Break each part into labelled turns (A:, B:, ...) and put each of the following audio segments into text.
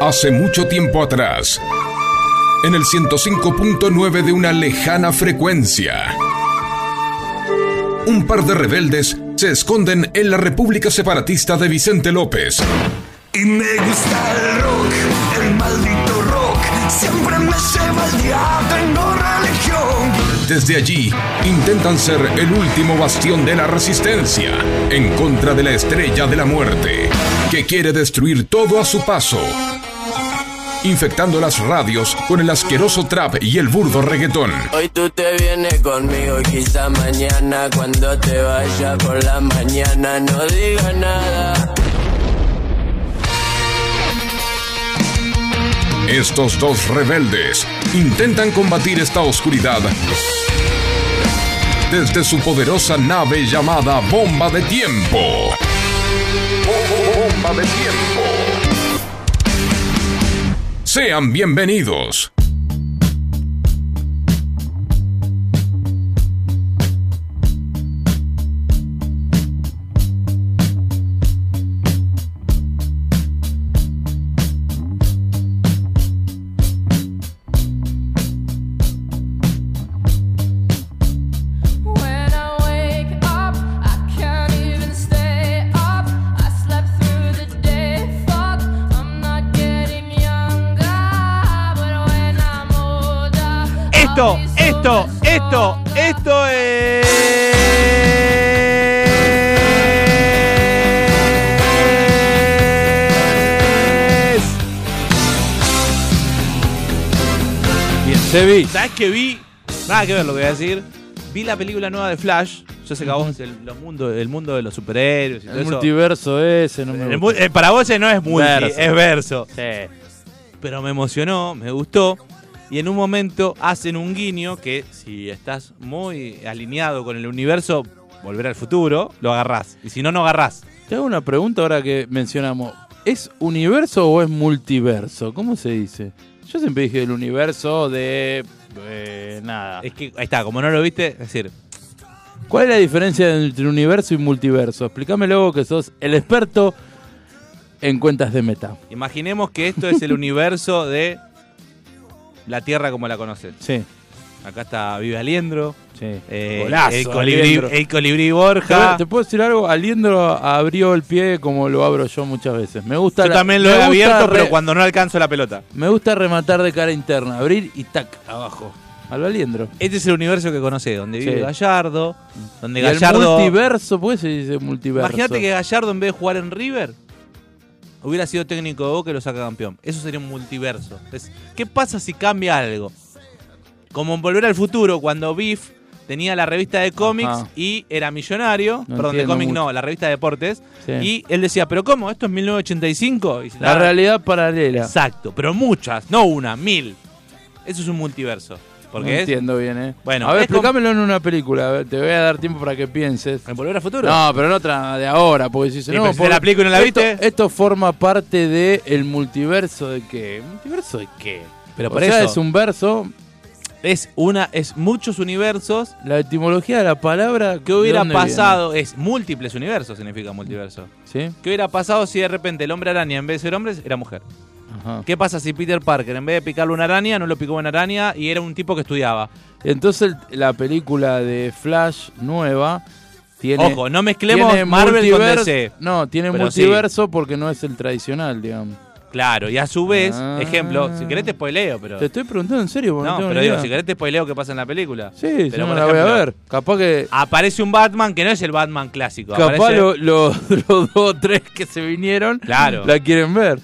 A: Hace mucho tiempo atrás, en el 105.9 de una lejana frecuencia, un par de rebeldes se esconden en la República Separatista de Vicente López.
B: Y me gusta el rock, el maldito rock, siempre me lleva el diablo, tengo religión.
A: Desde allí, intentan ser el último bastión de la resistencia en contra de la estrella de la muerte, que quiere destruir todo a su paso, infectando las radios con el asqueroso trap y el burdo reggaetón.
C: Hoy tú te vienes conmigo y quizá mañana cuando te vaya por la mañana no diga nada.
A: Estos dos rebeldes intentan combatir esta oscuridad desde su poderosa nave llamada Bomba de Tiempo. Bomba de Tiempo. Sean bienvenidos.
D: When I wake up, I can't even stay up. I slept through the day. Fuck, I'm not getting younger. But when I'm older,
E: Esto, esto, esto, esto es.
F: Bien, Sebi.
E: ¿Sabes qué vi? Nada que ver lo que voy a decir. Vi la película nueva de Flash. Yo sé que a vos el, los mundos- el mundo de los superhéroes y todo
F: El
E: eso.
F: multiverso ese no me
E: El mu-
F: gusta.
E: eh, para vos ese no es multi,
F: Verso.
E: es verso.
F: Sí.
E: Pero me emocionó, me gustó. Y en un momento hacen un guiño que si estás muy alineado con el universo, volver al futuro, lo agarrás. Y si no, no agarrás.
F: Te hago una pregunta ahora que mencionamos. ¿Es universo o es multiverso? ¿Cómo se dice? Yo siempre dije el universo de... eh, nada.
E: Es que ahí está, como no lo viste, es decir,
F: ¿Cuál es la diferencia entre universo y multiverso? Explícamelo luego que sos el experto en cuentas de meta.
E: Imaginemos que esto es el universo de la Tierra como la conoces.
F: Sí,
E: Acá está Vive Aliendro.
F: sí.
E: eh,
F: Golazo,
E: el, colibrí,
F: Aliendro.
E: el colibrí Borja.
F: Te- ¿Te puedo decir algo? Aliendro abrió el pie como lo abro yo muchas veces. Me gusta
E: Yo
F: la-
E: también lo
F: me
E: he
F: gusta
E: abierto,
F: re-
E: pero cuando no alcanzo la pelota.
F: Me gusta rematar de cara interna, abrir y tac, abajo. Al aliendro.
E: Este es el universo que conocés, donde vive
F: Sí. Mm.
E: Gallardo, donde
F: Y el
E: Gallardo.
F: multiverso, pues se dice multiverso.
E: Imagínate que Gallardo en vez de jugar en River hubiera sido técnico de Boca y lo saca campeón. Eso sería un multiverso. Entonces, ¿qué pasa si cambia algo? Como en Volver al Futuro, cuando Biff tenía la revista de cómics
F: Ajá.
E: y era millonario, perdón,
F: No
E: de
F: entiendo
E: cómics
F: mucho.
E: no, la revista de deportes,
F: Sí.
E: y él decía, pero ¿cómo? ¿Esto es 1985? Y dice,
F: La
E: "Ah,
F: realidad paralela.
E: Exacto, pero muchas, no una, mil. Eso es un multiverso.
F: No
E: Porque es
F: entiendo bien, ¿eh?
E: Bueno,
F: a ver,
E: es com-
F: explícamelo en una película. a ver, te voy a dar tiempo para que pienses.
E: en Volver al Futuro.
F: No, pero en otra de ahora, porque si se
E: Sí, pero si te la aplico y no la
F: esto,
E: viste.
F: Esto forma parte del el multiverso de qué. ¿Multiverso de qué?
E: Pero
F: o
E: por
F: sea,
E: eso-
F: es un verso.
E: Es una, es muchos universos
F: La etimología de la palabra.
E: ¿Qué
F: ¿de
E: hubiera
F: dónde viene?
E: pasado? Es múltiples universos, significa multiverso.
F: ¿Sí?
E: ¿Qué hubiera pasado si de repente el hombre araña, en vez de ser hombre, era mujer?
F: Ajá.
E: ¿Qué pasa si Peter Parker, en vez de picarle una araña, no lo picó una araña y era un tipo que estudiaba?
F: Entonces la película de Flash nueva tiene
E: Ojo, no mezclemos
F: tiene
E: Marvel con
F: multiver-
E: DC.
F: No, tiene
E: Pero
F: multiverso porque no es el tradicional, digamos.
E: Claro, y a su vez,
F: Ah.
E: ejemplo, si querés te spoileo, pero.
F: Te estoy preguntando en serio, porque
E: No,
F: tengo
E: pero
F: ni
E: digo,
F: idea.
E: si querés te spoileo qué pasa en la película.
F: Sí,
E: Pero,
F: yo no
E: por
F: la voy a
E: ejemplo, ah,
F: ver. Capaz que
E: Aparece un Batman que no es el Batman clásico.
F: capaz
E: aparece-
F: lo- lo- los dos o tres que se vinieron
E: Claro.
F: la quieren ver.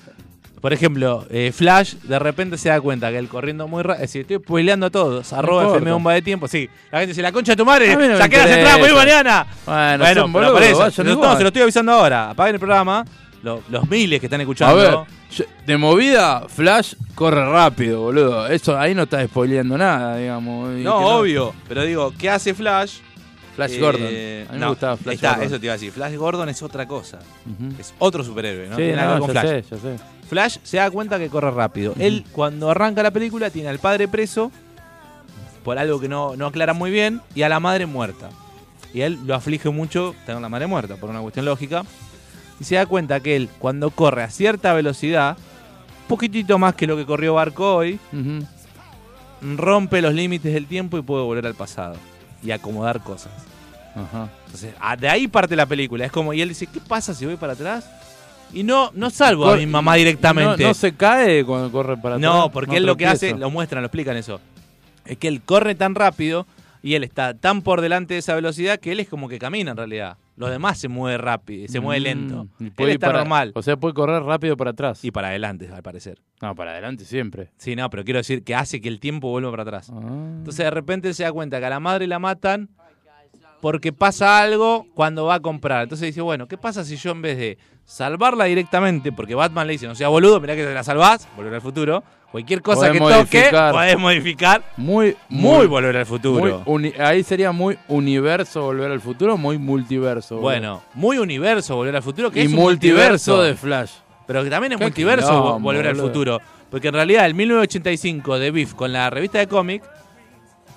E: Por ejemplo, eh, Flash de repente se da cuenta que él corriendo muy rápido. Es decir, estoy spoileando a todos. Arroba
F: importa.
E: FM Bomba de Tiempo. Sí, la gente dice: La concha de tu
F: A
E: madre,
F: mí no me
E: saqué las
F: interesa.
E: entradas, voy mañana.
F: Bueno,
E: Bueno,
F: son
E: pero
F: boludos,
E: por eso,
F: vayan
E: no,
F: igual.
E: no, se lo estoy avisando ahora. Apaguen el programa. Lo- los miles que están
F: A
E: escuchando.
F: ver, yo- de movida, Flash corre rápido, boludo. Eso ahí no está spoileando nada, digamos. y
E: no,
F: que
E: obvio. Pero digo, ¿qué hace Flash?
F: Flash
E: Eh,
F: Gordon. A mí me
E: no,
F: gustaba Flash
E: está,
F: Gordon.
E: Eso te iba a decir. Flash Gordon es otra cosa.
F: Ujú.
E: Es otro superhéroe, ¿no?
F: Sí,
E: Tiene nada que ver
F: no,
E: con
F: ya
E: Flash.
F: sé, ya sé.
E: Flash se da cuenta que corre rápido. Él, cuando arranca la película, tiene al padre preso por algo que no, no aclara muy bien y a la madre muerta. Y a él lo aflige mucho tener la madre muerta, por una cuestión lógica. Y se da cuenta que él, cuando corre a cierta velocidad, poquitito más que lo que corrió Barco hoy,
F: Ujú.
E: rompe los límites del tiempo y puede volver al pasado y acomodar cosas.
F: Ajá.
E: Entonces, ah, de ahí parte la película. Es como, y él dice, ¿qué pasa si voy para atrás? Y no, no salvo a
F: Cor-
E: mi mamá directamente.
F: No, no se cae cuando corre para atrás.
E: No, porque él lo que hace,
F: tropieza.
E: lo muestran, lo explican eso. Es que él corre tan rápido y él está tan por delante de esa velocidad que él es como que camina en realidad. Los demás se mueve rápido, se mueve
F: Mm,
E: lento.
F: y
E: Él
F: puede ir
E: está
F: para-
E: normal.
F: O sea, puede correr rápido para atrás.
E: Y para adelante, al parecer.
F: No, para adelante siempre.
E: Sí, no, pero quiero decir que hace que el tiempo vuelva para atrás.
F: Ah.
E: Entonces de repente él se da cuenta que a la madre la matan porque pasa algo cuando va a comprar. Entonces dice, bueno, ¿qué pasa si yo en vez de salvarla directamente, porque Batman le dice, no sea boludo, mirá que te la salvás, volver al futuro, cualquier cosa
F: Podés
E: que
F: modificar.
E: toque, podés modificar,
F: Muy,
E: muy volver al futuro.
F: muy uni- ahí sería muy universo volver al futuro, muy multiverso. volver.
E: bueno, muy universo volver al futuro, que
F: y
E: es un
F: multiverso,
E: multiverso.
F: de Flash.
E: Pero que también es
F: Qué
E: multiverso
F: quilombo,
E: volver al
F: boludo.
E: futuro. Porque en realidad el 1985 de Biff con la revista de cómic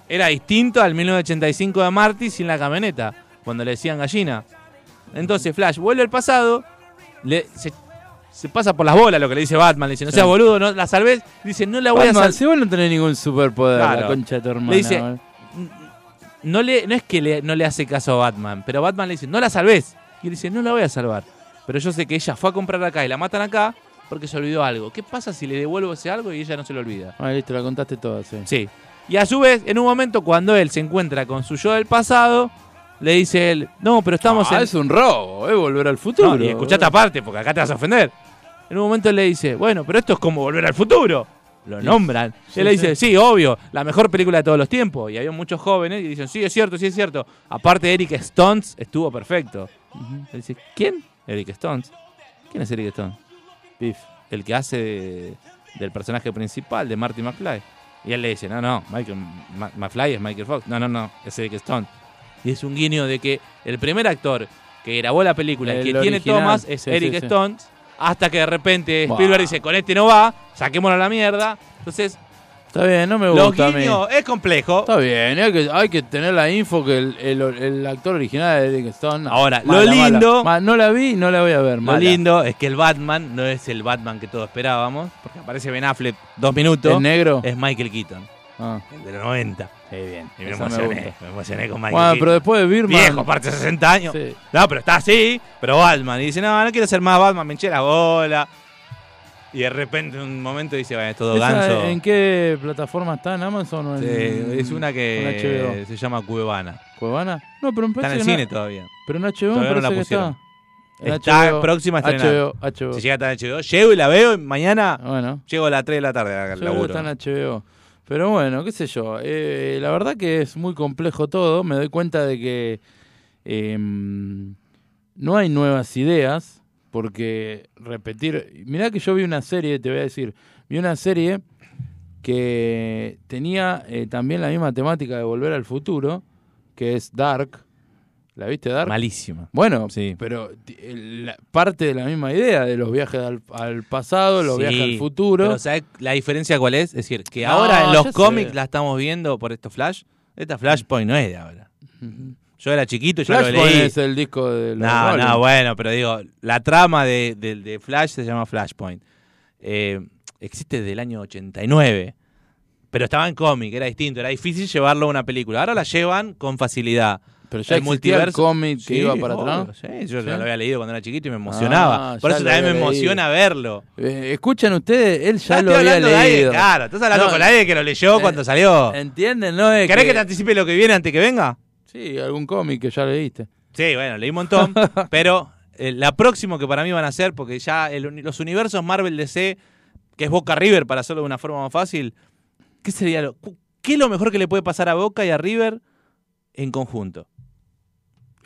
E: era distinto al 1985 de Marty sin la camioneta, cuando le decían gallina. Entonces Flash vuelve al pasado, le, se, se pasa por las bolas lo que le dice Batman, le dice, no
F: Sí.
E: seas boludo, no la salves. Dice, no la voy
F: Batman,
E: a
F: si vos no tenés ningún superpoder,
E: Claro.
F: la concha de tu hermana. ¿eh?
E: Le dice-
F: boludo.
E: salvar. No, le, no es que le- no le hace caso a Batman, pero Batman le dice, no la salves. Y él dice, no la voy a salvar. Pero yo sé que ella fue a comprar acá y la matan acá porque se olvidó algo. ¿Qué pasa si le devuelvo ese algo y ella no se lo olvida?
F: Ah, listo, la contaste toda, sí.
E: Sí. Y a su vez, en un momento cuando él se encuentra con su yo del pasado, le dice él, no, pero estamos
F: Ah,
E: en...
F: es un robo, eh, volver al futuro.
E: No, y escuchate
F: boludo.
E: aparte, porque acá te vas a ofender. En un momento le dice, bueno, pero esto es como volver al futuro. Lo
F: Sí.
E: nombran. Y
F: Sí,
E: él le dice,
F: sí.
E: sí, obvio, la mejor película de todos los tiempos. Y había muchos jóvenes y dicen, sí, es cierto, sí, es cierto. Aparte, Eric Stones estuvo perfecto. Él dice, ¿quién? Eric Stones. ¿Quién es Eric Stones?
F: Biff.
E: el que hace de- del personaje principal, de Marty McFly. Y él le dice, no, no, Michael Ma- McFly es Michael Fox. No, no, no, es Eric Stone. Y es un guiño de que el primer actor que grabó la película, el
F: El
E: que tiene
F: original.
E: tomas, es
F: Sí,
E: Eric
F: sí, sí.
E: Stone. Hasta que de repente
F: Buah.
E: Spielberg dice, con este no va, saquémoslo a la mierda. Entonces,
F: Está bien, no me
E: los
F: gusta a mí.
E: guiños es complejo.
F: Está bien, hay que, hay que tener la info que el, el- el actor original de Eric Stone.
E: Ahora, lo lindo-
F: Ma- no la vi, no la voy a ver.
E: Lo
F: mala.
E: lindo es que el Batman no es el Batman que todos esperábamos, porque aparece Ben Affleck dos minutos,
F: ¿Es negro?
E: es Michael Keaton,
F: Ah,
E: el de los 90.
F: bien.
E: Y me
F: esa me
E: emocioné,
F: gusta.
E: me emocioné con Michael
F: Bueno,
E: Keaton.
F: pero después de Birman.
E: Viejo, aparte de 60 años.
F: Sí.
E: No, pero está así, pero Batman. Y dice, no, no quiero ser más Batman, me hinché la bola. Y de repente, en un momento, dice, bueno, es todo
F: ¿Esa
E: ganso.
F: ¿En qué plataforma está? ¿En Amazon o en.?
E: Sí, es una
F: en
E: que
F: HBO.
E: se llama Cuevana.
F: ¿Cuevana? No, pero me
E: Está en
F: parece
E: el
F: que no-
E: cine todavía.
F: Pero en HBO
E: Todavía no
F: me
E: la
F: parece que
E: pusieron.
F: está. En
E: Está
F: HBO.
E: próxima a estrenar.
F: HBO, HBO.
E: Si llega hasta en HBO, llego y la veo y mañana
F: Bueno.
E: llego a las 3 de la tarde al
F: Yo creo que
E: laburo.
F: está en HBO. Pero bueno, qué sé yo. Eh, la verdad que es muy complejo todo. Me doy cuenta de que em, no hay nuevas ideas. Porque repetir. Mirá que yo vi una serie, te voy a decir. Vi una serie que tenía eh, también la misma temática de Volver al Futuro, que es Dark. ¿La viste, Dark?
E: Malísima.
F: Bueno,
E: Sí.
F: pero ti- el- la- parte de la misma idea de los viajes al, al pasado, los
E: Sí,
F: viajes al futuro.
E: Pero ¿sabes la diferencia cuál es? Es decir, que
F: No,
E: ahora en los
F: ya
E: cómics
F: sé.
E: la estamos viendo por estos Flash. Esta Flashpoint no es de ahora. Yo era chiquito y ya lo
F: Flashpoint
E: leí.
F: es el disco de los
E: No,
F: Rolling.
E: no, bueno, pero digo, la trama de, de- de Flash se llama Flashpoint. Eh, existe desde el año 89, pero estaba en cómic, era distinto, era difícil llevarlo a una película. Ahora la llevan con facilidad.
F: Pero ya
E: el
F: el
E: multiverso-
F: multiverso cómic que
E: Sí,
F: iba para
E: obvio,
F: atrás.
E: Sí, yo
F: Sí.
E: lo había leído cuando era chiquito y me emocionaba.
F: Ah,
E: Por
F: ya
E: eso
F: lo
E: también me
F: había
E: emociona verlo.
F: Eh, escuchan ustedes, él ya
E: Ah,
F: lo
E: estoy
F: había
E: hablando de alguien,
F: leído.
E: claro, estás hablando
F: No,
E: con alguien que lo leyó
F: eh,
E: cuando salió.
F: ¿Entienden? No es
E: ¿Querés que
F: que-
E: te anticipe lo que viene antes que venga?
F: Sí, algún cómic que ya leíste.
E: Sí, bueno, leí un montón, pero eh, la próxima que para mí van a ser, porque ya el uni- los universos Marvel DC, que es Boca River, para hacerlo de una forma más fácil, ¿qué sería lo, cu- qué es lo mejor que le puede pasar a Boca y a River en conjunto?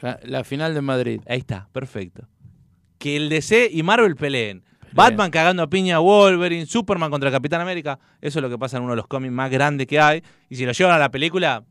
F: La, la final de Madrid.
E: Ahí está, perfecto. Que el DC y Marvel peleen. Batman cagando a piña a Wolverine, Superman contra Capitán América, eso es lo que pasa en uno de los cómics más grandes que hay. Y si lo llevan a la película,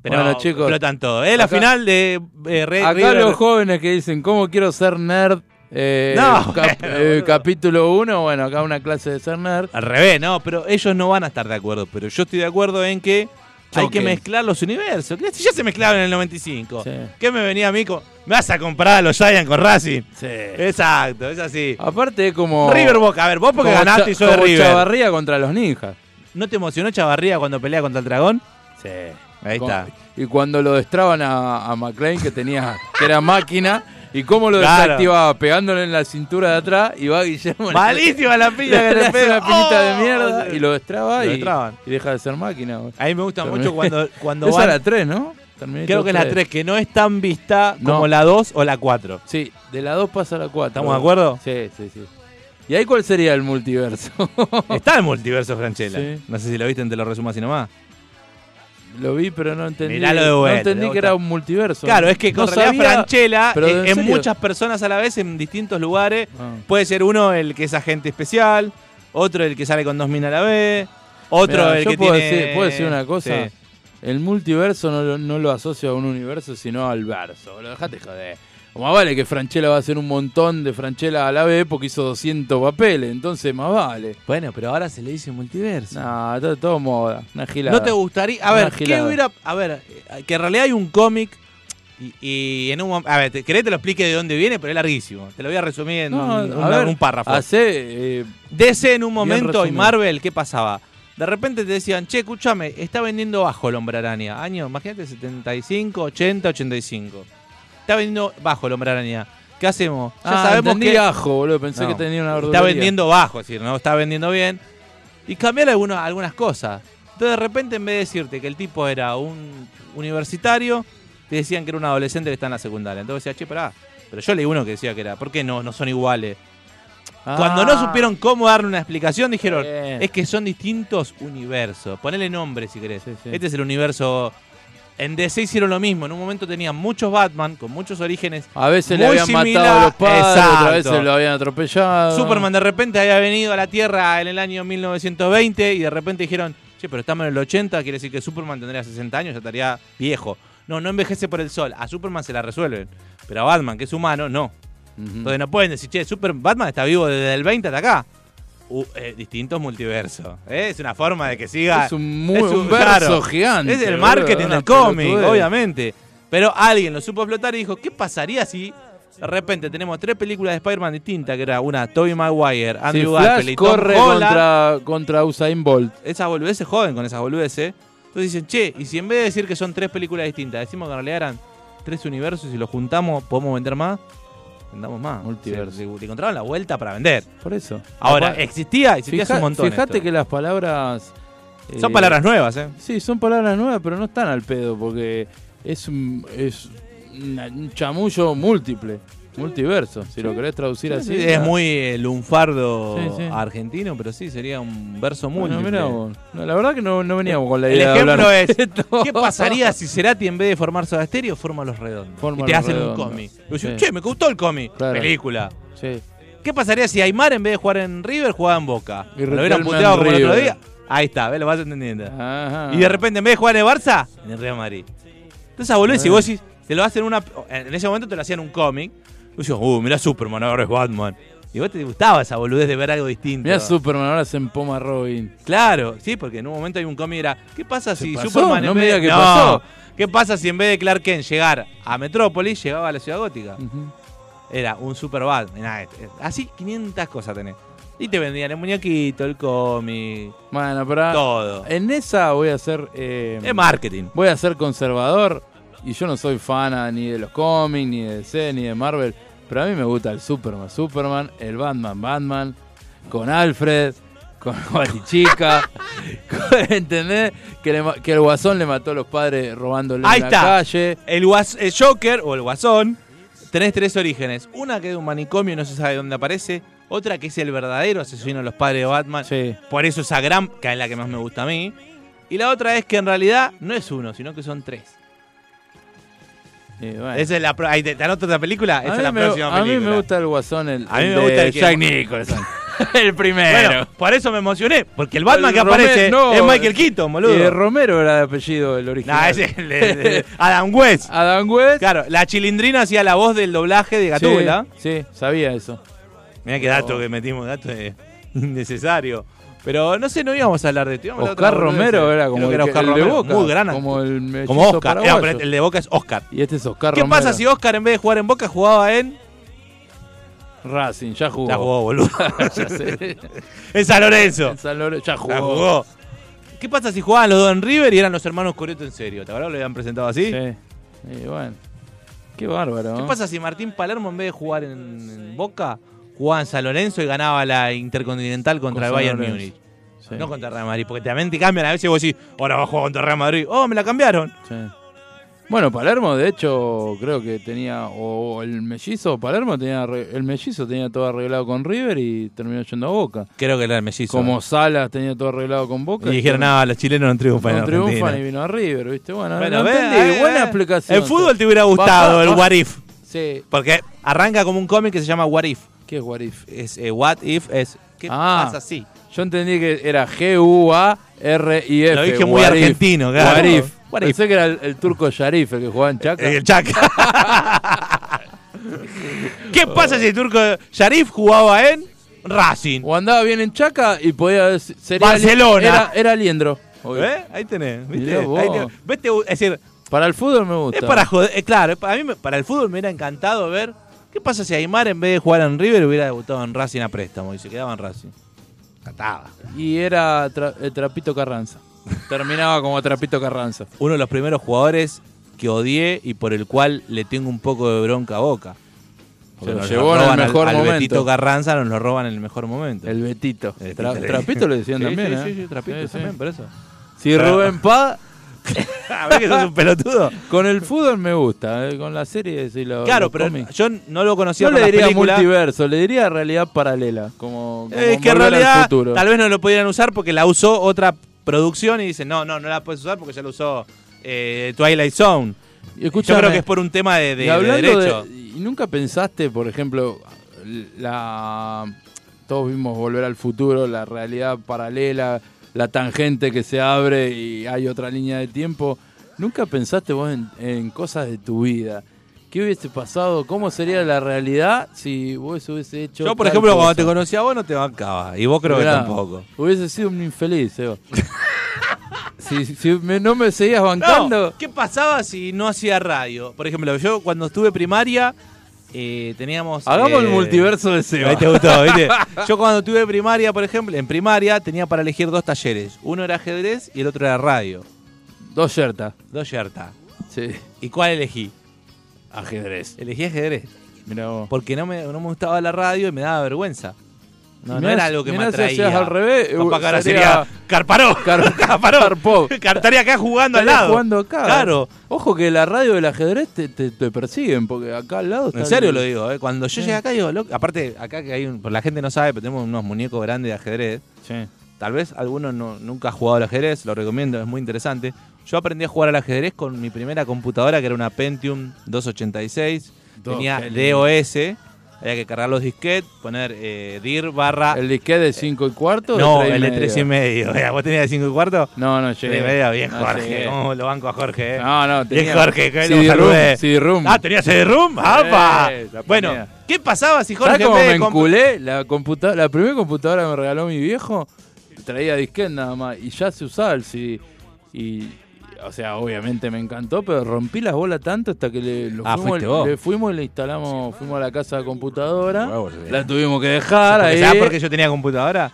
E: pero
F: Bueno, chicos,
E: explotan todo. Es la
F: acá-
E: final de eh, Re-
F: Acá
E: River-
F: los jóvenes que dicen, ¿cómo quiero ser nerd? Eh,
E: No,
F: cap-
E: bueno,
F: eh,
E: boludo.
F: capítulo 1, bueno, acá una clase de ser nerd.
E: Al revés, no, pero ellos no van a estar de acuerdo. Pero yo estoy de acuerdo en que Hay que
F: choque.
E: mezclar los universos. ¿Qué? Si ya se mezclaban en el 95.
F: Sí.
E: ¿Qué me venía a mí con.? ¿Me vas a comprar a los Giants con Racing?
F: Sí.
E: Exacto, es así.
F: Eh, Aparte es como...
E: River Boca, a ver, vos porque
F: como
E: ganaste
F: Cha-
E: y sos de
F: como
E: River.
F: Chavarría contra los ninjas.
E: ¿No te emocionó Chavarría cuando pelea contra el dragón?
F: Sí.
E: Ahí está.
F: Y cuando lo destraban a, a McLean, que tenía, que era máquina, y cómo lo
E: Claro.
F: desactivaba pegándole en la cintura de atrás, y va Guillermo. le-
E: Malísima la
F: le
E: piña que le
F: hace
E: pega.
F: una piñita
E: ¡Oh!
F: de mierda y lo destraba
E: Lo
F: y,
E: destraban.
F: y deja de ser máquina. boludo.
E: A mí me gusta
F: Termin-
E: mucho cuando, cuando
F: Esa
E: van-
F: era la 3, ¿no? Terminator
E: Creo que es la 3, que no es tan vista
F: No.
E: como la 2 o la 4.
F: Sí, de la 2 pasa a la 4.
E: ¿Estamos de acuerdo?
F: Sí, sí, sí. ¿Y ahí cuál sería el multiverso?
E: Está el multiverso Franchella.
F: Sí.
E: No sé si lo viste, te lo resumo así nomás.
F: lo vi, pero no entendí.
E: Miralo de
F: no
E: vuelta,
F: entendí
E: de
F: que
E: vuelta.
F: era un multiverso.
E: Claro, es que
F: No
E: con realidad
F: sabía-
E: Franchella
F: pero
E: es,
F: en
E: es
F: serio.
E: muchas personas a la vez en distintos lugares.
F: Ah.
E: Puede ser uno el que es agente especial, otro el que sale con dos minas a la vez, otro
F: Mirá,
E: el
F: yo
E: que
F: puedo
E: tiene...
F: Decir, puedo decir una cosa.
E: Sí.
F: El multiverso no lo, no lo asocio a un universo, sino al verso. Lo dejate joder. O más vale que Franchella va a hacer un montón de Franchella a la vez porque hizo 200 papeles. Entonces, más vale.
E: Bueno, pero ahora se le dice multiverso.
F: Nah, todo, todo moda. Una gilada.
E: ¿No te gustaría? A
F: Una
E: ver, ¿qué
F: gilada.
E: hubiera.? A ver, eh, que en realidad hay un cómic. Y, y en un mom- A ver, te- querés te lo explique de dónde viene, pero es larguísimo. Te lo voy a resumir en
F: No,
E: un,
F: a
E: una-
F: ver,
E: un párrafo.
F: Hacé. eh,
E: DC en un momento y
F: resumido.
E: Marvel, ¿qué pasaba? De repente te decían, che, escúchame, está vendiendo bajo el hombre araña. Año, imagínate, 75, 80, 85. Está vendiendo bajo el hombre araña. ¿Qué hacemos?
F: ah, entendí ajo, boludo. Pensé
E: No.
F: que tenía una
E: Está
F: verdulería.
E: vendiendo bajo, es decir, no está vendiendo bien. Y cambiar algunos- algunas cosas. Entonces, de repente, en vez de decirte que el tipo era un universitario, te decían que era un adolescente que está en la secundaria. Entonces decías, che, pará. Pero yo leí uno que decía que era, ¿por qué no? No son iguales.
F: Ah.
E: Cuando no supieron cómo darle una explicación, dijeron,
F: Bien.
E: es que son distintos universos. Ponele nombre si querés.
F: Sí, sí.
E: Este es el universo. En DC hicieron lo mismo. En un momento tenían muchos Batman con muchos orígenes.
F: A veces le
E: Muy
F: habían
E: similar-
F: matado a los padres,
E: Exacto.
F: a veces lo habían atropellado.
E: Superman de repente había venido a la Tierra en el año 1920 y de repente dijeron, che, pero estamos en el 80, quiere decir que Superman tendría 60 años, ya estaría viejo. No, no envejece por el sol. A Superman se la resuelven. Pero a Batman, que es humano, no.
F: Ujú.
E: Entonces no pueden decir, che, Super Batman está vivo desde el 20 hasta acá. U- eh, distintos multiversos. ¿eh? Es una forma de que siga.
F: Es un mu- un
E: claro.
F: verso gigante,
E: Es el
F: boludo,
E: marketing
F: una
E: del cómic,
F: pelotudez.
E: obviamente. Pero alguien lo supo explotar y dijo, ¿qué pasaría si de repente tenemos tres películas de Spider-Man distintas? Que era una Tobey Maguire,
F: Si
E: Andrew Garfield
F: Flash
E: y Tom
F: corre
E: Holland.
F: contra, contra Usain Bolt.
E: Esas boludeces joden con esas boludeces. Entonces dicen, che, y si en vez de decir que son tres películas distintas, decimos que en realidad eran tres universos y los juntamos, podemos vender más, vendamos más.
F: Multiverso.
E: Se- se- le encontraron la vuelta para vender.
F: Por eso.
E: Ahora,
F: Aparte-
E: existía, existía hace
F: Fija-
E: un montón.
F: Fíjate
E: esto.
F: que las palabras. eh,
E: Son palabras nuevas, ¿eh?
F: Sí, son palabras nuevas, pero no están al pedo, porque es un, es una- un chamullo múltiple, multiverso, si lo querés traducir así.
E: es muy eh, lunfardo
F: Sí, sí.
E: argentino, pero sí, sería un verso
F: bueno,
E: múltiple.
F: mirá vos. No, la verdad que no, no veníamos con la
E: El
F: idea de
E: ejemplo
F: hablar.
E: es, ¿qué pasaría si Cerati en vez de formar Soda Stereo forma Los Redondos?
F: Forma
E: y te
F: Los
E: hacen
F: Redondos.
E: un cómic. Y vos decís,
F: Sí.
E: che, me gustó el cómic.
F: Claro.
E: Película.
F: Sí.
E: ¿Qué pasaría si Aymar en vez de jugar en River jugaba en Boca?
F: Y
E: ¿Lo hubieran
F: Riquelme
E: puteado
F: en
E: como el otro
F: River. Ah.
E: día? Ahí está, ¿ves? Lo vas entendiendo.
F: Ajá.
E: Y de repente, en vez de jugar en el Barça, en el Real Madrid. Entonces, volvés
F: Ah.
E: y vos decís, te lo hacen una. En ese momento te lo hacían un cómic. Y vos decís, uh, mirá Superman, ahora es Batman. Y vos te gustaba esa boludez de ver algo distinto.
F: Mirá Superman, ahora se empoma Robin.
E: Claro, sí, porque en un momento hay un cómic era, ¿qué pasa si
F: pasó?
E: Superman en
F: No
E: vez
F: me
E: de-
F: diga que
E: No.
F: pasó.
E: ¿Qué pasa si en vez de Clark Kent llegar a Metrópolis, llegaba a la Ciudad Gótica?
F: Ujú.
E: Era un super Batman. Nah, eh, así 500 cosas tenés. Y te vendían el muñequito, el cómic,
F: Bueno, pero
E: todo.
F: en esa voy a ser. eh,
E: Es marketing.
F: voy a ser conservador y yo no soy fan ni de los cómics, ni de DC, ni de Marvel, pero a mí me gusta el Superman, Superman, el Batman, Batman, con Alfred, con Batichica, con- ¿entendés? Que, le ma- que el Guasón le mató a los padres robándole
E: Ahí
F: en la
E: está.
F: calle.
E: El, guas- el Joker o el Guasón, tenés tres orígenes. Una que es de un manicomio y no se sabe dónde aparece. Otra que es el verdadero asesino de los padres de Batman.
F: Sí.
E: Por eso esa gran, que es la que más me gusta a mí. Y la otra es que en realidad no es uno, sino que son tres.
F: y bueno.
E: Esa es la pro- ahí te, te anoto otra película,
F: A
E: esa
F: mí
E: es la
F: me-
E: próxima
F: a mí
E: película.
F: me gusta el Guasón, el,
E: A mí
F: el
E: me gusta
F: de
E: el que-
F: Jack Nicholson. el primero.
E: Bueno, por eso me emocioné, porque el Batman
F: El
E: que
F: Romero-
E: aparece
F: Eh, no,
E: es Michael Keaton, boludo.
F: Eh, Romero era el apellido, el original.
E: Nah, ese es el de- de Adam West.
F: Adam West.
E: Claro, la chilindrina hacía la voz del doblaje de Gatúbela.
F: Sí, Oh. sí, sabía eso.
E: Mirá qué dato que metimos, dato de- innecesario. Pero no sé, no íbamos a hablar de esto. íbamos a hablar de
F: Oscar
E: otra boludez.
F: Romero era
E: Creo
F: como
E: que
F: el,
E: era
F: que-
E: Oscar
F: el de
E: Romero,
F: Boca.
E: muy gran actor.
F: Como el
E: Como
F: hechizo
E: Oscar.
F: paraguayo.
E: Eh, pero el de Boca es Oscar.
F: Y este es Oscar
E: ¿Qué
F: Romero.
E: pasa si Oscar en vez de jugar en Boca jugaba en.
F: Racing, ya jugó.
E: Ya jugó, boludo.
F: Ya sé.
E: en San Lorenzo.
F: En San Lore- ya jugó.
E: La jugó. ¿Qué pasa si jugaban los dos en River y eran los hermanos Corioto en serio? ¿Te acuerdas? Lo habían presentado así.
F: Sí. Y bueno. Qué bárbaro.
E: ¿Qué
F: ¿eh?
E: pasa si Martín Palermo en vez de jugar en, en Boca jugaba en San Lorenzo y ganaba la Intercontinental contra
F: Con
E: el
F: San
E: Bayern
F: Lorenzo.
E: Múnich?
F: Sí,
E: No contra Real Madrid, porque también te cambian. A veces vos decís, ahora va a jugar contra Real Madrid. Oh, me la cambiaron.
F: sí. Bueno, Palermo, de hecho, creo que tenía. O el mellizo, Palermo tenía. arre- El mellizo tenía todo arreglado con River y terminó yendo a Boca.
E: Creo que era el mellizo.
F: Como Salas tenía todo arreglado con Boca.
E: y dijeron,
F: terminó-
E: nada, los chilenos no triunfan en
F: No triunfan y
E: Argentina".
F: vino a River, ¿viste? Bueno,
E: Bueno,
F: no
E: ve,
F: entendí.
E: eh,
F: Buena
E: eh.
F: explicación.
E: En fútbol te hubiera gustado
F: Bajá,
E: el
F: bajá.
E: What If.
F: Sí.
E: Porque arranca como un cómic que se llama What If.
F: ¿Qué es Warif?
E: Es, eh, what If es. ¿Qué
F: Ah.
E: pasa si?
F: Yo entendí que era G-U-A-R-I-F.
E: Lo dije muy
F: What if.
E: argentino, claro.
F: What if.
E: What if.
F: Pensé que era el, el turco Yarif, el que jugaba en Chaca.
E: El Chaca. ¿Qué pasa si el turco Sharif jugaba en Racing?
F: O andaba bien en Chaca y podía ser. sería
E: Barcelona.
F: Era, era Liendro. obvio.
E: ¿Eh? Ahí tenés, ¿viste?
F: Mirá vos.
E: Ahí tenés. Vete, es decir,
F: Para el fútbol me gusta.
E: es para joder. eh, claro, es para- a mí me- para el fútbol me hubiera encantado ver. ¿Qué pasa si Aymar en vez de jugar en River hubiera debutado en Racing a préstamo y se quedaba en Racing? Cataba.
F: Y era tra- el Trapito Carranza. Terminaba como Trapito Carranza.
E: Uno de los primeros jugadores que odié y por el cual le tengo un poco de bronca a Boca. Porque
F: Se lo
E: nos
F: llevó en el
E: roban al-
F: mejor
E: al
F: momento.
E: Betito Carranza nos lo roban en el mejor momento.
F: El Betito.
E: El
F: Tra-
E: Betito.
F: trapito le decían
E: Sí,
F: también,
E: sí,
F: ¿eh?
E: sí, sí, Trapito
F: Sí, sí.
E: también, por eso.
F: Si
E: Pero-
F: Rubén Paz.
E: A ver Ah, que sos un pelotudo.
F: Con el fútbol me gusta, eh, con las series y los.
E: Claro,
F: los
E: pero
F: cómics.
E: yo no lo conocía
F: Yo
E: por
F: le
E: las
F: diría
E: películas.
F: multiverso, le diría realidad paralela. Como, como
E: Es que en
F: volver al
E: realidad
F: futuro.
E: tal vez no lo pudieran usar porque la usó otra producción y dicen, no, no, no la puedes usar porque ya la usó eh, Twilight Zone.
F: Y escúchame,
E: Yo creo que es por un tema de, de-
F: y
E: de
F: hablando de-
E: derecho.
F: ¿y nunca pensaste, por ejemplo, la todos vimos volver al futuro, la realidad paralela, la tangente que se abre y hay otra línea de tiempo? ¿Nunca pensaste vos en, en cosas de tu vida? ¿Qué hubiese pasado? ¿Cómo sería la realidad si vos hubiese hecho
E: Yo, por
F: tal
E: ejemplo, cuando
F: cosa?
E: te conocí a vos no te bancaba y vos creo que
F: Mirá,
E: tampoco.
F: Hubiese sido un infeliz, Eva. si si me- no me seguías
E: No,
F: bancando.
E: ¿Qué pasaba si no hacía radio? Por ejemplo, yo cuando estuve primaria eh, teníamos...
F: Hagamos el
E: eh,
F: multiverso de
E: Ahí
F: Seba.
E: te gustó, ¿viste? Yo cuando tuve primaria, por ejemplo, en primaria tenía para elegir dos talleres. Uno era ajedrez y el otro era radio.
F: Dos yertas.
E: Dos yerta.
F: Sí.
E: ¿Y cuál elegí?
F: Ajedrez.
E: Elegí ajedrez.
F: Mirá vos.
E: Porque no me, no me gustaba la radio y me daba vergüenza. No, no
F: Mirá
E: era
F: si-
E: algo que me
F: mirá si
E: atraía.
F: hacías al revés,
E: Capaz que ahora
F: sería-
E: sería Carparó.
F: Car-
E: Carparó.
F: Karpov.
E: Estaría acá jugando al
F: Estaría
E: lado.
F: jugando acá.
E: Claro.
F: Ojo que la radio del ajedrez te, te- te persiguen, porque acá al lado está
E: En
F: el-
E: serio lo digo, ¿eh? cuando yo llegué acá digo, loco, aparte acá que hay un, por la gente no sabe, pero tenemos unos muñecos grandes de ajedrez.
F: Sí.
E: Tal vez alguno no- nunca ha jugado al ajedrez, lo recomiendo, es muy interesante. Yo aprendí a jugar al ajedrez con mi primera computadora, que era una Pentium 286.
F: Dos,
E: Tenía
F: qué lindo.
E: DOS, había que cargar los disquetes, poner eh, DIR barra...
F: ¿El disque de 5 y cuarto? o
E: no,
F: tres y
E: el de
F: medio?
E: 3 y medio. Mira, ¿Vos tenías de 5 y cuarto?
F: No, no
E: Tres
F: llegué.
E: y medio, bien
F: No
E: Jorge.
F: llegué.
E: ¿Cómo lo banco a Jorge? eh?
F: No, no,
E: Bien
F: tenía
E: Jorge, que
F: CD
E: lo saludé.
F: room, CD room.
E: Ah, ¿tenías CD-ROOM? ¡Apa!
F: la
E: bueno,
F: ponía.
E: ¿qué pasaba si Jorge...
F: ¿Sabes cómo
E: en vez
F: me
E: de comp-
F: enculé? La, computa- la primera computadora que me regaló mi viejo traía disquet nada más y ya se usaba el CD. Y, o sea, obviamente me encantó, pero rompí las bolas tanto hasta que le, lo
E: Ah,
F: fuimos,
E: fuiste vos.
F: le fuimos y le instalamos, fuimos a la casa de computadora.
E: Ah, boludo.
F: la tuvimos que dejar
E: Porque,
F: ahí.
E: ¿Sabes por qué yo tenía computadora?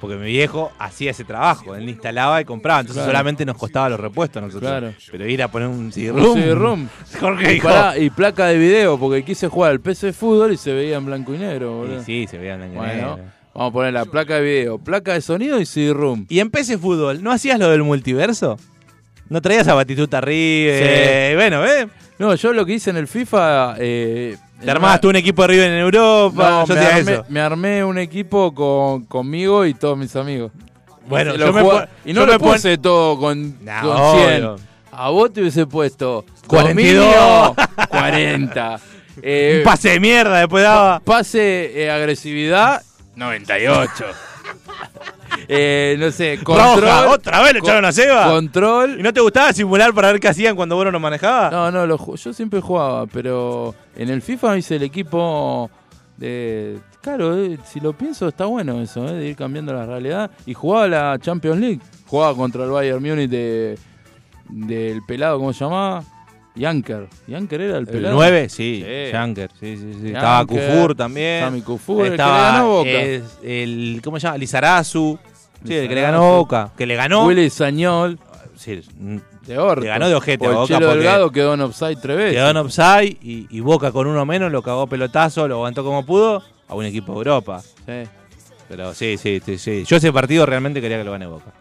E: Porque mi viejo hacía ese trabajo, él instalaba y compraba, entonces
F: Claro.
E: solamente nos costaba los repuestos a nosotros.
F: Claro.
E: Pero ir a poner un
F: Un
E: CD-ROOM.
F: CD-ROM.
E: Jorge
F: Y,
E: dijo.
F: pará, y placa de video, porque quise jugar al PC de fútbol y se veía en blanco y negro, boludo.
E: Y sí, eh. se veía en blanco y
F: Bueno,
E: negro.
F: vamos a poner la placa de video, placa de sonido y CD-ROM.
E: Y en PC Fútbol, ¿no hacías lo del multiverso? ¿No traías a Batistuta River?
F: Sí.
E: Y Bueno, ¿ves?
F: No, yo lo que hice en el FIFA. Eh, en
E: Te armabas
F: una-
E: tú un equipo de River en
F: No,
E: Europa. yo
F: me,
E: hacía
F: armé,
E: eso.
F: me armé un equipo con, conmigo y todos mis amigos.
E: Bueno,
F: y,
E: yo
F: lo
E: me
F: jugaba-
E: pon-
F: y no
E: yo
F: lo
E: me pon-
F: puse todo con,
E: No,
F: con 100.
E: obvio.
F: A vos te hubiese puesto
E: 42.
F: dominio, 40. eh,
E: Un pase de mierda después daba.
F: pase, eh, agresividad 98. Eh, no sé, control.
E: Roja, otra vez lo
F: con-
E: echaron a Seba.
F: Control.
E: ¿Y no te gustaba simular para ver qué hacían cuando vos no manejabas?
F: No, no, lo ju- yo siempre jugaba, pero en el FIFA hice el equipo de- claro, eh, si lo pienso está bueno eso, eh, de ir cambiando la realidad. Y jugaba la Champions League, jugaba contra el Bayern Múnich de, del pelado, ¿cómo se llamaba? Yanker. Yanker era el
E: ¿El
F: pelado.
E: 9? Sí,
F: Sí.
E: Yanker. Sí, sí, sí. Estaba
F: Yanker,
E: Kufur también.
F: Sami Kufur, el que
E: Estaba
F: le ganó a Boca.
E: es- el, ¿Cómo se llama? Lizarazu. Sí, el que le
F: Lizarazu.
E: ganó a Boca. Que le ganó.
F: Willy Sañol,
E: Sí, mm,
F: de Orto.
E: Le ganó de ojete a
F: O el
E: Boca
F: Chelo
E: porque-
F: Delgado quedó en offside tres veces.
E: quedó en offside y, y Boca con uno menos lo cagó pelotazo, lo aguantó como pudo a un equipo de Europa.
F: Sí,
E: Pero sí, sí, sí, sí. Yo ese partido realmente quería que lo gane Boca.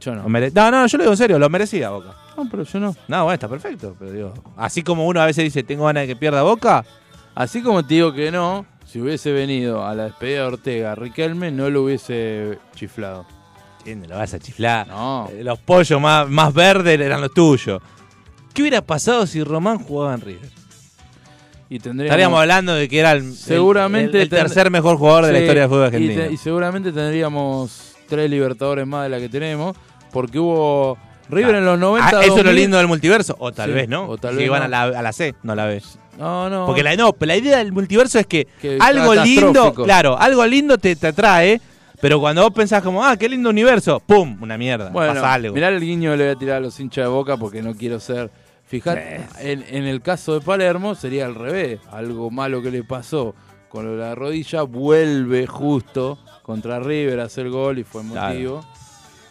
F: yo no.
E: Lo mere- No, no, yo lo digo en serio, lo merecía Boca.
F: No, pero yo no.
E: No, bueno, está perfecto, pero digo, así como uno a veces dice, tengo ganas de que pierda Boca,
F: Así como te digo que no, si hubiese venido a la despedida de Ortega Riquelme, no lo hubiese chiflado.
E: ¿quién lo vas a chiflar?
F: No.
E: Eh, Los pollos más, más verdes eran los tuyos. ¿Qué hubiera pasado si Román jugaba en River?
F: Y tendríamos,
E: Estaríamos hablando de que era el, el-
F: Seguramente
E: el- el
F: ten-
E: tercer mejor jugador de la
F: Sí,
E: historia del fútbol
F: y te-
E: argentino.
F: Y, seguramente tendríamos tres libertadores más de la que tenemos, porque hubo River en los 90.
E: Ah, eso es lo
F: 2000.
E: lindo del multiverso. O tal
F: Sí,
E: vez no.
F: o tal
E: si
F: vez
E: iban
F: no.
E: a, la, a la C, no la B.
F: No, no.
E: Porque la, no, la idea del multiverso es que,
F: Que
E: algo lindo,
F: catastrófico.
E: claro, algo lindo te, te atrae, pero cuando vos pensás como, ah, qué lindo universo, ¡pum! Una mierda.
F: bueno,
E: pasa algo.
F: mirá el guiño que le voy a tirar a los hinchas de boca porque no quiero ser. Fijate, en, en el caso de Palermo sería al revés. Algo malo que le pasó con lo de la rodilla, vuelve justo contra River a hacer gol y fue
E: Claro.
F: motivo.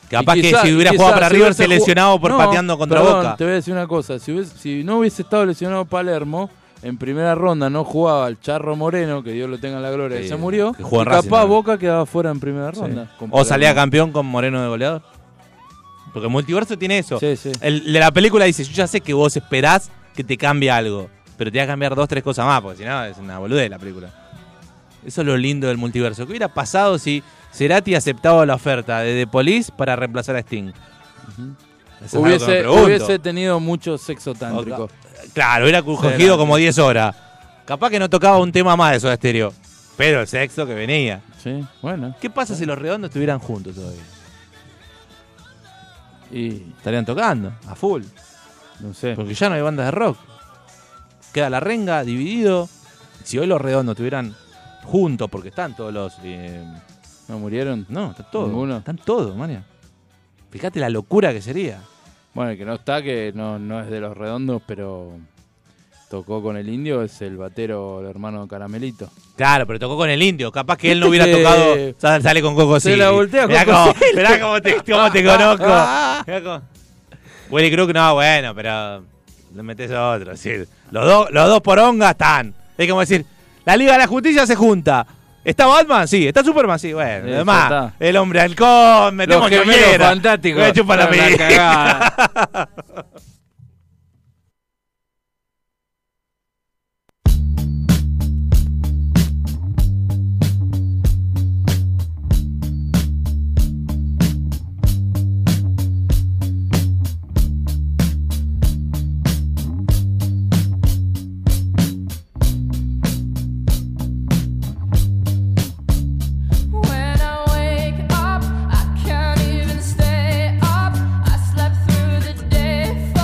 E: Capaz
F: Y
E: que
F: quizá-
E: si hubiera
F: quizá
E: jugado para
F: si
E: River
F: hubiese
E: se lesionado por
F: jugado- No,
E: pateando contra
F: perdón,
E: Boca.
F: Te voy a decir una cosa, si, hubiese- si no hubiese estado lesionado Palermo, en primera ronda no jugaba el Charro Moreno, que Dios lo tenga en la gloria,
E: Sí,
F: que se murió,
E: que jugó
F: y
E: en Racing
F: capaz
E: también.
F: Boca quedaba fuera en primera
E: Sí.
F: ronda. con
E: O salía
F: Palermo.
E: campeón con Moreno de goleador. Porque el multiverso tiene eso.
F: Sí, sí.
E: El de la película dice, yo ya sé que vos esperás que te cambie algo, pero te va a cambiar dos, tres cosas más, porque si no es una boludez la película. Eso es lo lindo del multiverso. ¿Qué hubiera pasado si Cerati aceptaba la oferta de The Police para reemplazar a Sting? Eso es algo que me
F: Hubiese,
E: pregunto.
F: hubiese tenido mucho sexo tántrico.
E: Claro, hubiera cogido
F: Cerati.
E: como 10 horas. Capaz que no tocaba un tema más de Soda Stereo, pero el sexo que venía.
F: Sí, bueno.
E: ¿Qué pasa si los redondos estuvieran juntos todavía?
F: Y
E: Estarían tocando a full.
F: no sé.
E: Porque ya no hay bandas de rock. Queda la renga, dividido. Si hoy los redondos estuvieran juntos, porque están todos los. eh,
F: ¿No murieron?
E: no, están todos.
F: Ninguno.
E: Están todos, María. Fíjate la locura que sería.
F: Bueno, el que no está, que no, no es de los redondos, pero tocó con el indio, es el batero, el hermano de Caramelito.
E: Claro, pero tocó con el indio. Capaz que él no
F: ¿Viste
E: hubiera tocado.
F: que-
E: Sa- Sale con Coco
F: Se
E: Silly.
F: la voltea
E: Mirá
F: Coco
E: cómo,
F: Silly.
E: mirá cómo te, cómo te conozco. Mirá cómo- Willy Crook, no, bueno, pero. Le metes a otro. sí. Los, dos los dos porongas están. Es como decir: La Liga de la Justicia se junta. ¿Está Batman? Sí. ¿Está Superman? Sí, bueno.
F: Sí, ya
E: Además,
F: está.
E: el hombre halcón, metemos que
F: gemelos
E: quiera.
F: fantásticos.
E: Me chupa la
F: Son una
E: pija.
F: cagada.
D: When I wake up, I can't even stay up. I slept through the day for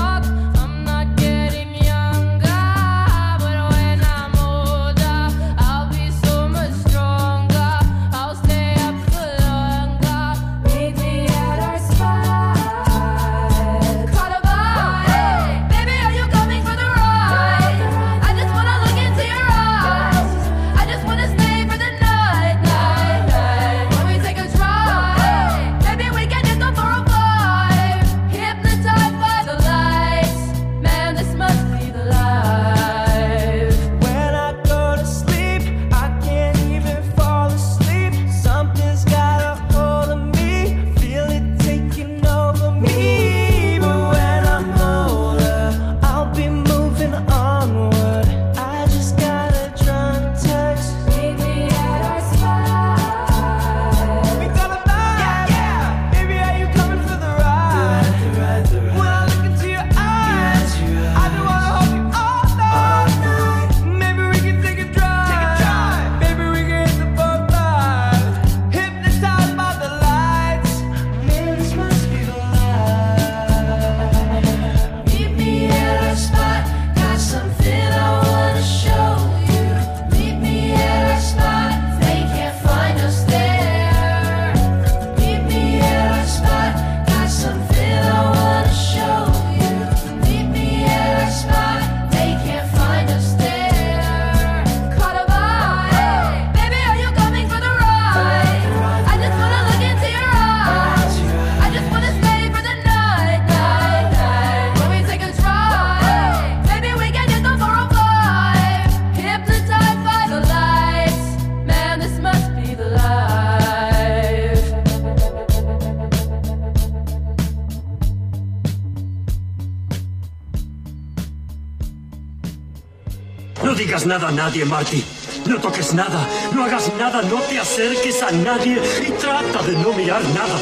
B: No digas nada a nadie, Marty. No toques nada, no hagas nada, no te acerques a nadie y trata de no mirar nada.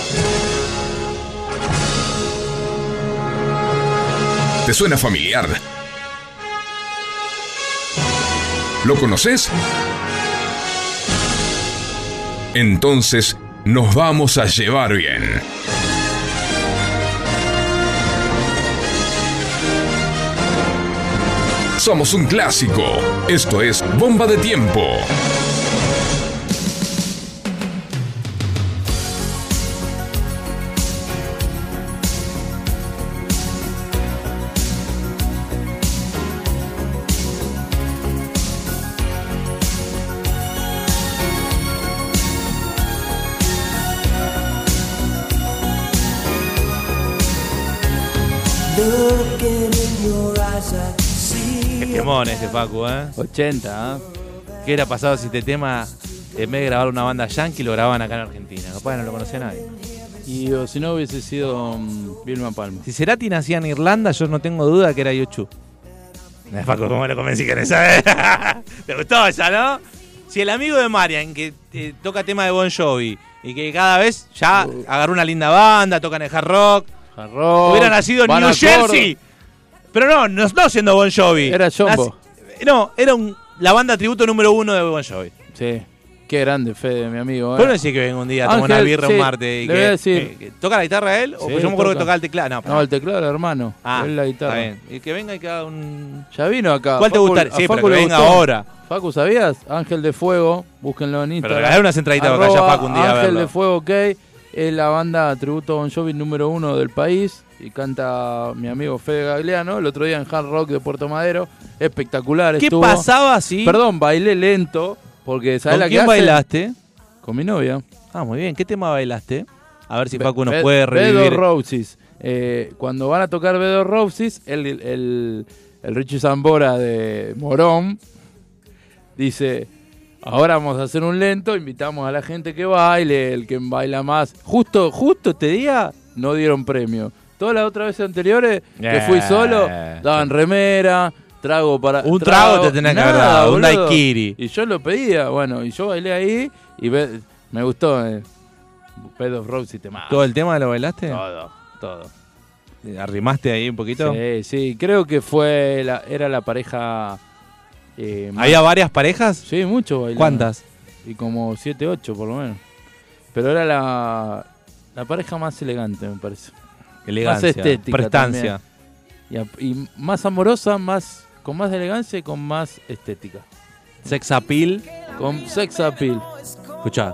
A: ¿Te suena familiar? ¿Lo conoces? Entonces nos vamos a llevar bien. Somos un clásico. Esto es Bomba de Tiempo.
E: Qué temón este Facu, ¿eh?
F: 80, ¿ah?
E: ¿Qué era pasado si este tema, en vez de grabar una banda yankee, lo grababan acá en Argentina? Capaz que no lo conocía nadie.
F: Y o si no hubiese sido mm, Vilma Palma.
E: Si Cerati nacía en Irlanda, yo no tengo duda que era Yochu. Eh, Facu, ¿cómo lo convencí con eso? eh? ¿Te gustó esa, no? Si el amigo de Marian, que eh, toca tema de Bon Jovi, y que cada vez ya agarró una linda banda, tocan el hard rock,
F: Hard rock,
E: hubiera nacido en
F: Van
E: New
F: a
E: Jersey. Pero no, no, no siendo Bon Jovi.
F: Era Jumbo.
E: Nac- No, era un- la banda tributo número uno de Bon Jovi.
F: Cor- Sí. Qué grande, Fede, mi amigo. ¿eh?
E: Vos no decís que venga un día, toma
F: Ángel,
E: una birra
F: sí,
E: un martes y
F: le
E: que,
F: voy a decir.
E: que- que toca la guitarra él, o
F: Sí,
E: pues yo me acuerdo que
F: toca.
E: tocaba el teclado. No,
F: No, el teclado, hermano.
E: ah,
F: es la guitarra.
E: Está bien. Y que venga y que haga un.
F: Ya vino acá.
E: ¿Cuál te
F: Facu-
E: gustaría?
F: a
E: Sí, pero
F: Facu
E: que
F: le
E: venga
F: gustó.
E: ahora.
F: Facu, ¿sabías? Ángel de Fuego, búsquenlo en
E: Pero
F: Instagram.
E: regalar unas entraditas para allá,
F: Arroba
E: Facu, un día a
F: Ángel
E: verlo.
F: de Fuego, ok. Es la banda tributo a Bon Jovi número uno del país. Y canta mi amigo Fede Gagliano. El otro día en Hard Rock de Puerto Madero. Espectacular
E: ¿Qué
F: estuvo.
E: pasaba si.
F: Perdón, bailé lento. Porque ¿sabes
E: ¿Con
F: la que
E: quién
F: hacen?
E: bailaste?
F: Con mi novia.
E: Ah, muy bien. ¿Qué tema bailaste? A ver si Facu nos
F: Be-
E: puede
F: Bed of
E: revivir.
F: Roses. Eh, cuando van a tocar Bed of Roses, el, el, el Richie Zambora de Morón dice: Ahora vamos a hacer un lento, invitamos a la gente que baile, el que baila más. Justo, justo este día no dieron premio. Todas las otras veces anteriores que fui
E: Eh.
F: solo, daban remera, trago para.
E: Un trago te tenés que haber
F: nada,
E: dado, un
F: boludo.
E: daiquiri.
F: Y yo lo pedía, bueno, y yo bailé ahí y ve- me gustó. Eh. Bed of Roses te mata.
E: ¿Todo el tema lo bailaste?
F: Todo, todo.
E: ¿Arrimaste ahí un poquito?
F: Sí, sí, creo que fue la, era la pareja. eh, más-
E: ¿Había varias parejas?
F: Sí, mucho bailando.
E: ¿Cuántas?
F: Y como 7, 8 por lo menos. Pero era la, la pareja más elegante, me parece.
E: Elegancia.
F: estética
E: Prestancia.
F: Y, a- y más amorosa, más con más elegancia y con más estética.
E: Sex appeal.
F: Con sex appeal.
E: Escuchá.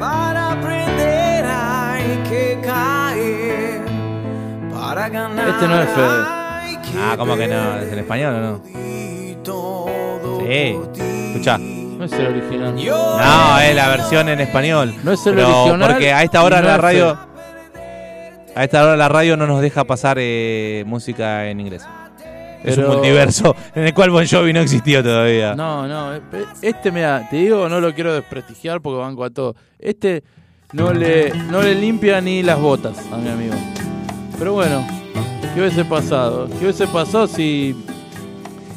G: Para aprender hay que caer. Para ganar.
F: Este no es Fede.
G: hay que
E: Ah, ¿cómo que no? ¿Es en español o no? Sí. Escuchá.
F: No es el original.
E: No, es la versión en español.
F: No es el
E: Pero
F: original
E: Porque a esta hora
F: y no
E: la
F: es
E: radio. A esta hora la radio no nos deja pasar eh, música en inglés. Es un
F: Pero-
E: multiverso en el cual Bon Jovi no existió todavía.
F: No, no, eh, pe- este mira, te digo, no lo quiero desprestigiar porque banco a todo. Este no le, no le limpia ni las botas a mi amigo. Pero bueno, ¿qué hubiese pasado? ¿Qué hubiese pasado si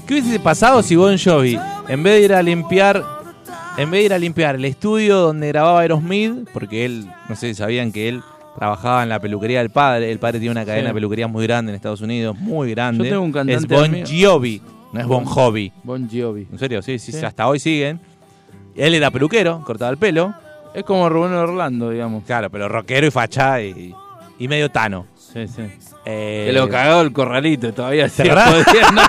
E: ¿Qué hubiese pasado si Bon Jovi, en vez de ir a limpiar, en vez de ir a limpiar el estudio donde grababa Aerosmith, porque él, no sé, sabían que él trabajaba en la peluquería del padre, el padre tiene una cadena de peluquerías muy grande en Estados Unidos, muy grande.
F: Yo tengo un cantante
E: es Bon
F: amigo-
E: Jovi, no es Bon Jovi.
F: Bon Jovi?
E: En serio, sí, sí,
F: Sí.
E: sí, hasta hoy siguen. Él era peluquero, cortaba el pelo.
F: Es como Rubén Orlando, digamos.
E: Claro, pero rockero y facha y, y medio tano.
F: Sí, sí.
E: Eh,
F: Que lo cagó el corralito, todavía se
E: ¿Te
F: la
E: acordás?
F: podía- no,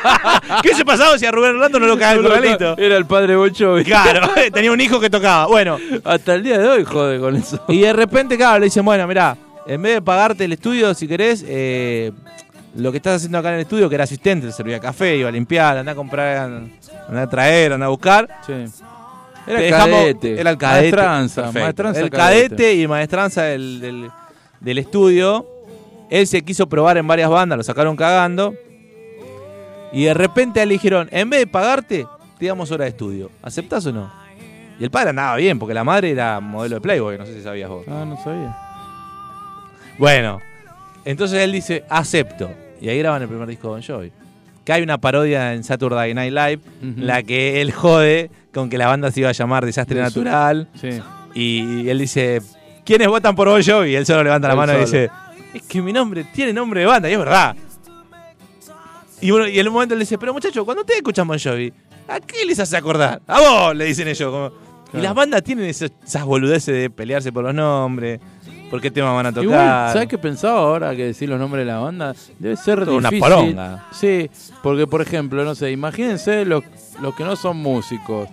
E: ¿Qué hubiese pasado si a Rubén Orlando no lo cagaba el
F: no lo
E: corralito?
F: ca- Era el padre Bon Jovi.
E: Claro, tenía un hijo que tocaba. Bueno,
F: Hasta el día de hoy jode con eso.
E: y de repente, claro, le dicen, bueno, mirá, en vez de pagarte el estudio, si querés, eh, lo que estás haciendo acá en el estudio, que era asistente, le servía café, iba a limpiar, andá a comprar, andá a traer, andá a buscar,
F: Sí.
E: Era
F: Te
E: el
F: dejamos-
E: cadete.
F: era el cadete. Perfecto.
E: El
F: El
E: cadete,
F: cadete
E: y maestranza del, del- del estudio. Él se quiso probar en varias bandas, lo sacaron cagando. Y de repente a él le dijeron, en vez de pagarte, te damos hora de estudio. ¿Aceptás o no? Y el padre andaba bien, porque la madre era modelo de Playboy, no sé si sabías vos.
F: Ah, no sabía.
E: Bueno, entonces él dice, acepto. Y ahí graban el primer disco de Bon Jovi. que hay una parodia en Saturday Night Live, la que él jode con que la banda se iba a llamar Desastre
F: Eso.
E: Natural.
F: Sí.
E: Y él dice, ¿quiénes votan por Bon Jovi? Y él solo levanta la
F: Él
E: mano y
F: solo.
E: dice, es que mi nombre tiene nombre de banda, y es verdad. Y, uno- y en un momento él dice, pero muchacho, cuando ustedes escuchan Bon Jovi, ¿a qué les hace acordar? A vos, le dicen ellos. como- Y las bandas tienen esos- esas boludeces de pelearse por los nombres, por qué tema van a tocar.
F: Igual, ¿sabes qué pensaba ahora que decir los nombres de la banda? Debe ser
E: Toda una
F: difícil.
E: poronga.
F: Sí, porque por ejemplo, no sé, imagínense los, los que no son músicos,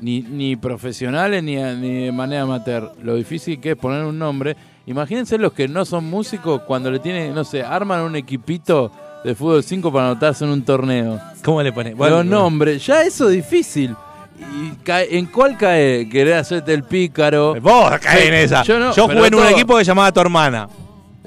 F: ni, ni profesionales ni, a- ni de manera amateur, lo difícil que es poner un nombre. Imagínense los que no son músicos cuando le tienen, no sé, arman un equipito de fútbol 5 para anotarse en un torneo.
E: ¿Cómo le pones?
F: los nombres, ya eso es difícil. ¿Y cae- ¿En cuál cae? ¿Querés hacerte el pícaro?
E: Vos caes en esa. Yo,
F: Yo no,
E: jugué
F: pero
E: en un
F: todo-
E: equipo que se llamaba Tu Hermana.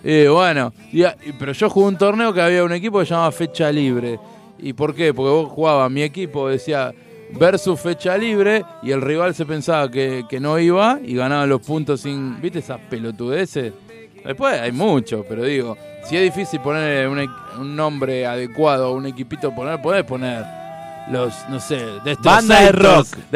F: Eh, bueno, y a- y- pero yo jugué un torneo que había un equipo que se llamaba Fecha Libre. ¿Y por qué? Porque vos jugabas, mi equipo decía versus Fecha Libre y el rival se pensaba que, que no iba y ganaba los puntos sin... ¿Viste esas pelotudeces? Después hay mucho, pero digo, si es difícil poner un, e- un nombre adecuado a un equipito poner, podés poner los, no sé,
E: Banda de rock.
F: Destrozators,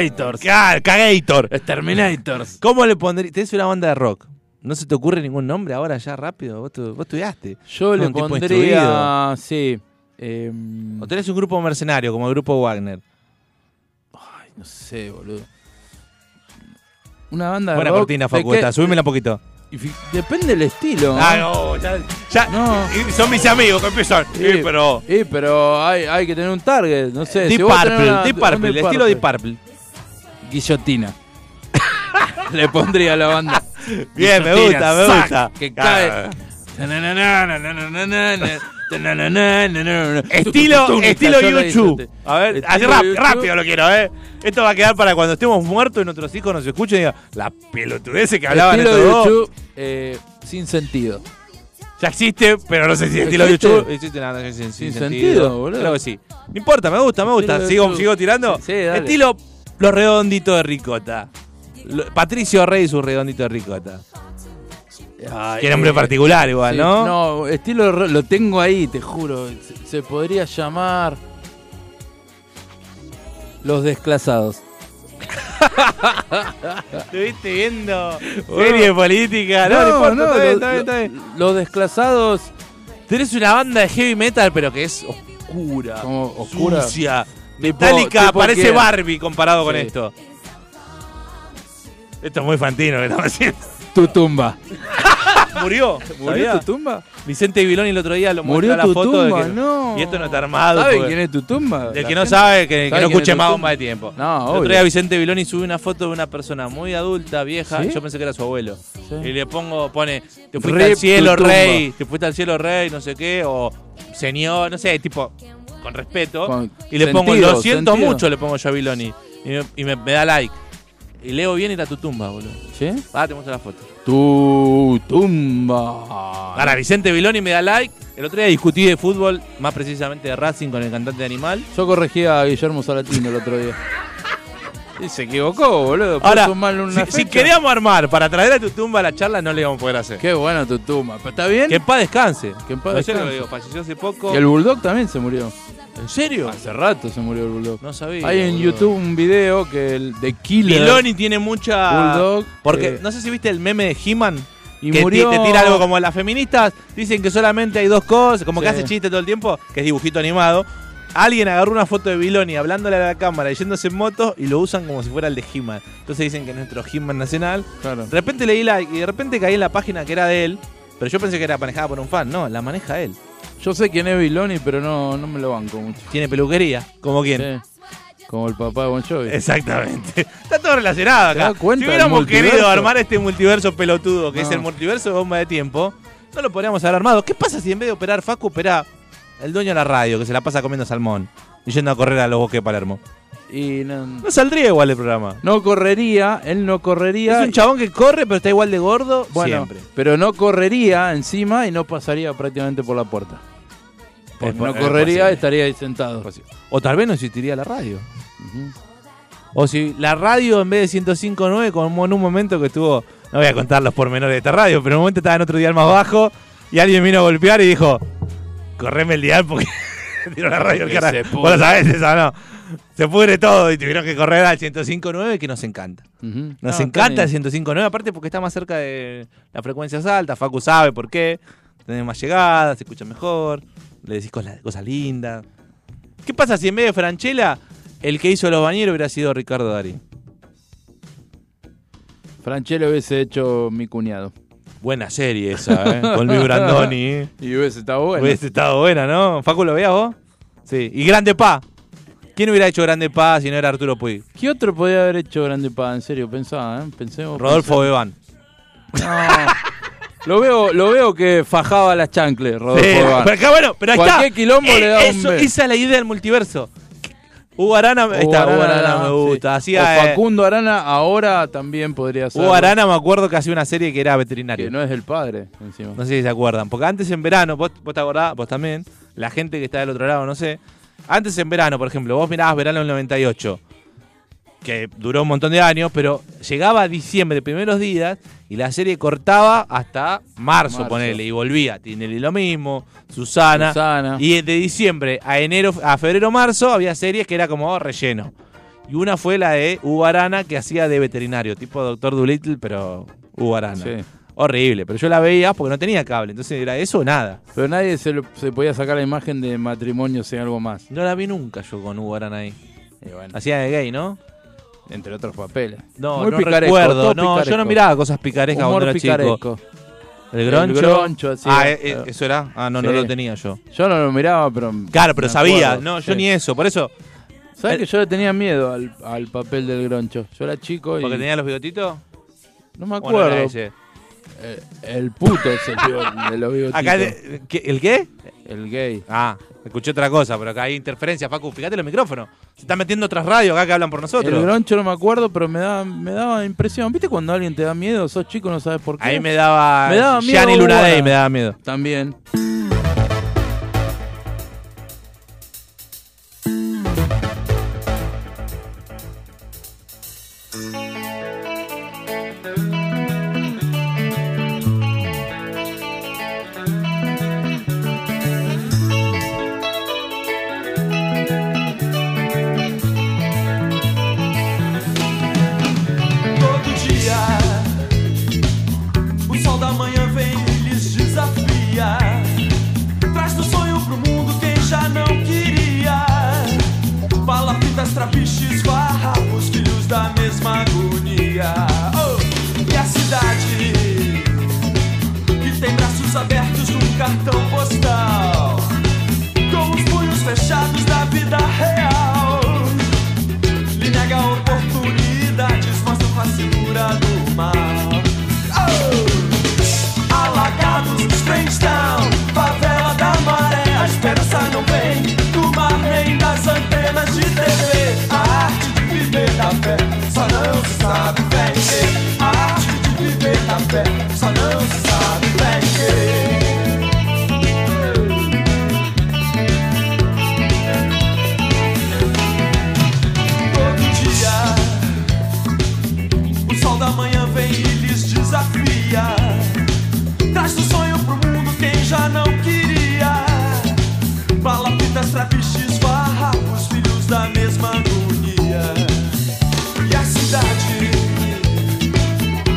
F: Destrozators,
E: Ca- Cagator.
F: Exterminators.
E: ¿Cómo le pondrías? Tenés una banda de rock. ¿No se te ocurre ningún nombre ahora ya rápido? Vos, tu- vos estudiaste.
F: Yo
E: Sos
F: le
E: un tipo instruido.
F: pondría... Sí. em,
E: O tenés un grupo mercenario como el grupo Wagner.
F: No sé, boludo. Una banda
E: Buena
F: de rock.
E: cortina,
F: ¿de
E: Facu.
F: qué?
E: esta, Subímela un poquito.
F: Y fi- Depende del estilo.
E: Ah,
F: ¿no?
E: no, ya. ya-
F: No.
E: y- y Son mis amigos que empiezan.
F: Sí,
E: Eh, pero.
F: sí, pero hay, hay que tener un target, no sé.
E: Deep
F: si vos tenés
E: Purple,
F: una-
E: Deep
F: un
E: Purple, el estilo Deep Purple.
F: Guillotina. Le pondría a la banda.
E: Bien, me gusta,
F: Guillotina,
E: me
F: sac,
E: gusta.
F: Que
E: Ah.
F: cae.
E: Estilo, estilo
F: Yo la hice,
E: YouTube.
F: te-
E: A ver, así
F: Estilo
E: rap-
F: YouTube.
E: rápido lo quiero, ¿eh? Esto va a quedar para cuando estemos muertos y nuestros hijos nos escuchen y digan, la pelotudez que hablaban
F: Estilo
E: estos dos.
F: YouTube eh, sin sentido.
E: Ya existe, pero no sé si estilo
F: ¿Existe?
E: YouTube. Existe una banda que sin,
F: Sin sentido, boludo.
E: Creo que sí. No importa, me gusta, me gusta.
F: Estilo
E: ¿Sigo,
F: YouTube.
E: sigo tirando?
F: Sí, sí, dale.
E: Estilo Los Redonditos de Ricota. Lo- Patricio Rey y su Redondito de Ricota. Qué nombre particular igual,
F: eh, Sí,
E: Ah, ¿no?
F: No, estilo de ro- lo tengo ahí, te juro. Se, se podría llamar Los Desclasados.
E: Estuviste viendo serie política. Ah, No, no, importa, está bien,
F: lo-
E: está bien,
F: lo-
E: está bien.
F: Los Desclasados
E: Tenés una banda de heavy metal, pero que es oscura.
F: Como oscura.
E: Sucia.
F: Tipo-
E: Metallica
F: tipo
E: parece
F: que-
E: Barbie comparado con
F: Sí.
E: esto. Esto es muy fantino que estamos haciendo.
F: Tu tumba.
E: Murió. ¿Murió
F: tu tumba?
E: Vicente Viloni el otro día lo
F: Murió
E: mostró la
F: tu
E: foto
F: tumba,
E: de que
F: no.
E: Y esto no está armado.
F: ¿Saben
E: porque-
F: quién es tu tumba?
E: del
F: La
E: que no
F: gente-
E: sabe, que, que
F: ¿sabe
E: no
F: quién es
E: escuche
F: tu
E: más
F: tumba?
E: bomba de tiempo.
F: No,
E: El
F: obvio.
E: otro día Vicente Viloni subió una foto de una persona muy adulta, vieja.
F: ¿Sí?
E: Yo pensé que era su abuelo.
F: Sí.
E: Y le pongo, pone, te fuiste
F: Rip
E: al
F: tu
E: cielo,
F: tumba.
E: rey. Te fuiste al cielo, rey, no sé qué. O señor, no sé, tipo, con respeto.
F: Con
E: y le pongo,
F: sentido,
E: lo siento
F: sentido.
E: mucho, le pongo yo a Viloni. Y, me, y me- me da like. Y leo bien y era tu tumba, boludo.
F: ¿Sí?
E: Ah, te muestro la foto.
F: Tu tumba.
E: Ahora, Vicente Viloni me da like. El otro día discutí de fútbol, más precisamente de Racing con el cantante de Animal.
F: Yo corregí a Guillermo Salatino el otro día. Y se equivocó, boludo. Puso
E: Ahora,
F: mal una
E: si, si
F: fecha.
E: queríamos armar para traer a tu tumba a la charla, no le íbamos a poder hacer.
F: Qué bueno tu tumba. ¿Pero está bien?
E: Que en paz descanse.
F: Que en paz
E: No sé lo
F: descanse.
E: digo, falleció hace poco.
F: Y el Bulldog también se murió.
E: ¿En serio?
F: Hace rato se murió el Bulldog.
E: No sabía.
F: Hay en
E: boludo.
F: YouTube un video que el de Killer
E: Miloni tiene mucha.
F: Bulldog,
E: Porque
F: eh,
E: no sé si viste el meme de He-Man.
F: y
E: que ti-
F: murió.
E: te tira algo como las feministas dicen que solamente hay dos cosas, como que
F: Sí.
E: hace chiste todo el tiempo, que es dibujito animado. Alguien agarró una foto de Viloni hablándole a la cámara y yéndose en moto y lo usan como si fuera el de He-Man. Entonces dicen que es nuestro He-Man nacional.
F: Claro.
E: De repente leí la, y de repente caí en la página que era de él, pero yo pensé que era manejada por un fan. No, la maneja él.
F: Yo sé quién es Viloni, pero no, no me lo banco mucho.
E: Tiene peluquería, como quien.
F: Sí. Como el papá de Bon Jovi.
E: Exactamente. Está todo relacionado
F: ¿Te
E: acá.
F: das cuenta
E: Si
F: del
E: hubiéramos querido
F: multiverso?
E: armar este multiverso pelotudo, que es
F: No.
E: el multiverso de bomba de tiempo, no lo podríamos haber armado. ¿Qué pasa si en vez de operar Facu opera el dueño de la radio, que se la pasa comiendo salmón y yendo a correr a los bosques de Palermo?
F: Y no,
E: No saldría igual el programa.
F: no correría, él no correría.
E: Es un chabón que corre, pero está igual de gordo
F: bueno,
E: siempre.
F: pero no correría encima y no pasaría prácticamente por la puerta.
E: Es
F: Porque
E: po-
F: no
E: es
F: correría,
E: posible.
F: estaría ahí sentado.
E: O tal vez no existiría la radio. O si la radio en vez de 105.9, como en un momento que estuvo, no voy a contar los pormenores de esta radio, pero en un momento estaba en otro dial más bajo y alguien vino a golpear y dijo, correme el dial porque Tiró la radio al
H: Que
E: carajo.
H: se
E: Vos
H: pudra.
E: lo sabés esa, ¿no? Se pudre todo y tuvieron que correr al 105.9 que nos encanta.
F: Ujú.
E: Nos
F: No,
E: encanta el
F: Tony,
E: 105.9, aparte porque está más cerca de las frecuencias altas. Facu sabe por qué. Tenés más llegadas, se escucha mejor. Le decís cosas, cosas lindas. ¿Qué pasa si en vez de Franchella, el que hizo los bañeros hubiera sido Ricardo Darín?
F: Franchella hubiese hecho mi cuñado.
E: Buena serie esa, ¿eh? Con Luis Brandoni. ¿eh?
F: Y hubiese estado bueno.
E: Hubiese estado buena, ¿no? Facu, ¿lo veías vos? Sí. Y Grande Pa. ¿Quién hubiera hecho Grande Pa si no era Arturo Puig?
F: ¿Qué otro podía haber hecho Grande Pa? En serio, pensaba, ¿eh? Pensemos.
E: Rodolfo Bebán.
F: pensemos. No. Lo veo, lo veo que fajaba las chancles, Rodolfo.
E: Sí,
F: Bebán.
E: pero acá, bueno, pero ahí
F: Cualquier
E: está. Eh,
F: quilombo le da un
E: eso,
F: beso.
E: Esa es la idea del multiverso. Hugo Arana,
F: O
E: esta, Hugo
F: Arana,
E: Arana me
F: sí.
E: gusta.
F: O
E: Hacía, eh,
F: Facundo Arana ahora también podría ser.
E: Hugo Arana me acuerdo que hacía una serie que era
F: Que
E: veterinario. No,
F: no es el padre, encima.
E: sé si se acuerdan. Porque antes en verano, vos, vos te acordás, vos también, la gente que está del otro lado, no sé. Antes en verano, por ejemplo, vos mirabas verano del 98, que duró un montón de años, pero llegaba a diciembre, primeros días, y la serie cortaba hasta marzo,
F: Marzo.
E: ponele, y volvía. Tinelli lo mismo, Susana.
F: Susana.
E: Y de diciembre a enero, a febrero, marzo, había series que era como relleno. Y una fue la de Hugo Arana, que hacía de veterinario, tipo Doctor Dolittle, pero Hugo Arana.
F: Sí.
E: Horrible, pero yo la veía porque no tenía cable, entonces era eso o nada.
F: Pero nadie se, lo- se podía sacar la imagen de matrimonio sin algo más.
E: No la vi nunca yo con Hugo Arana ahí.
F: Y bueno,
E: Hacía de gay, ¿no?
F: entre otros papeles.
E: No,
F: Muy
E: no
F: picaresco,
E: recuerdo.
F: todo
E: No, yo no
F: picaresco.
E: miraba cosas picarescas cuando
F: Humor
E: era chico.
F: picaresco.
E: El groncho.
F: groncho, así
E: ah,
F: era.
E: eh, eh, eso era. Ah, no, no
F: Sí.
E: lo tenía yo.
F: Yo no lo miraba, pero.
E: Claro, pero
F: me
E: sabía.
F: acuerdo,
E: no, yo
F: sí.
E: ni eso. Por eso.
F: ¿Sabes que yo le tenía miedo al, al papel del groncho? Yo era chico y.
E: Porque tenía los bigotitos.
F: No me
E: Bueno,
F: acuerdo.
E: era ese.
F: Eh, el puto es el bio- de los bigotitos.
E: Acá, de- ¿qué- ¿El qué?
F: El gay.
E: Ah, escuché otra cosa, pero acá hay interferencia, Facu. Fíjate los micrófonos. Se están metiendo otras radios acá que hablan por
F: El
E: nosotros.
F: groncho no me acuerdo, pero me daba, me daba impresión. ¿Viste cuando alguien te da miedo? Sos chico, no sabes por qué.
E: Ahí me daba.
F: Me daba miedo
E: Gianni Lunadei
F: Hugo
E: me daba miedo.
F: También.
B: todo dia. O sol da manhã vem e lhes desafia. Traz do sonho pro mundo quem já não queria. Palafitas, trapiches, farrapos, filhos da mesma agonia. Oh, e a cidade que tem braços abertos num cartão postal. Com os punhos fechados da vida real lhe nega oportunidades, mostra a figura do mal. Oh! Alagados, strange town, favela da maré, a esperança não vem do mar nem das antenas de TV. A arte de viver da fé, só não se sabe bem que. A arte de viver da fé, só não se sabe bem que. todo dia. O sol da manhã vem e lhes desafia. Traz do sonho pro mundo quem já não queria. Balapitas, trapiches, farrapos, filhos da mesma agonia. E a cidade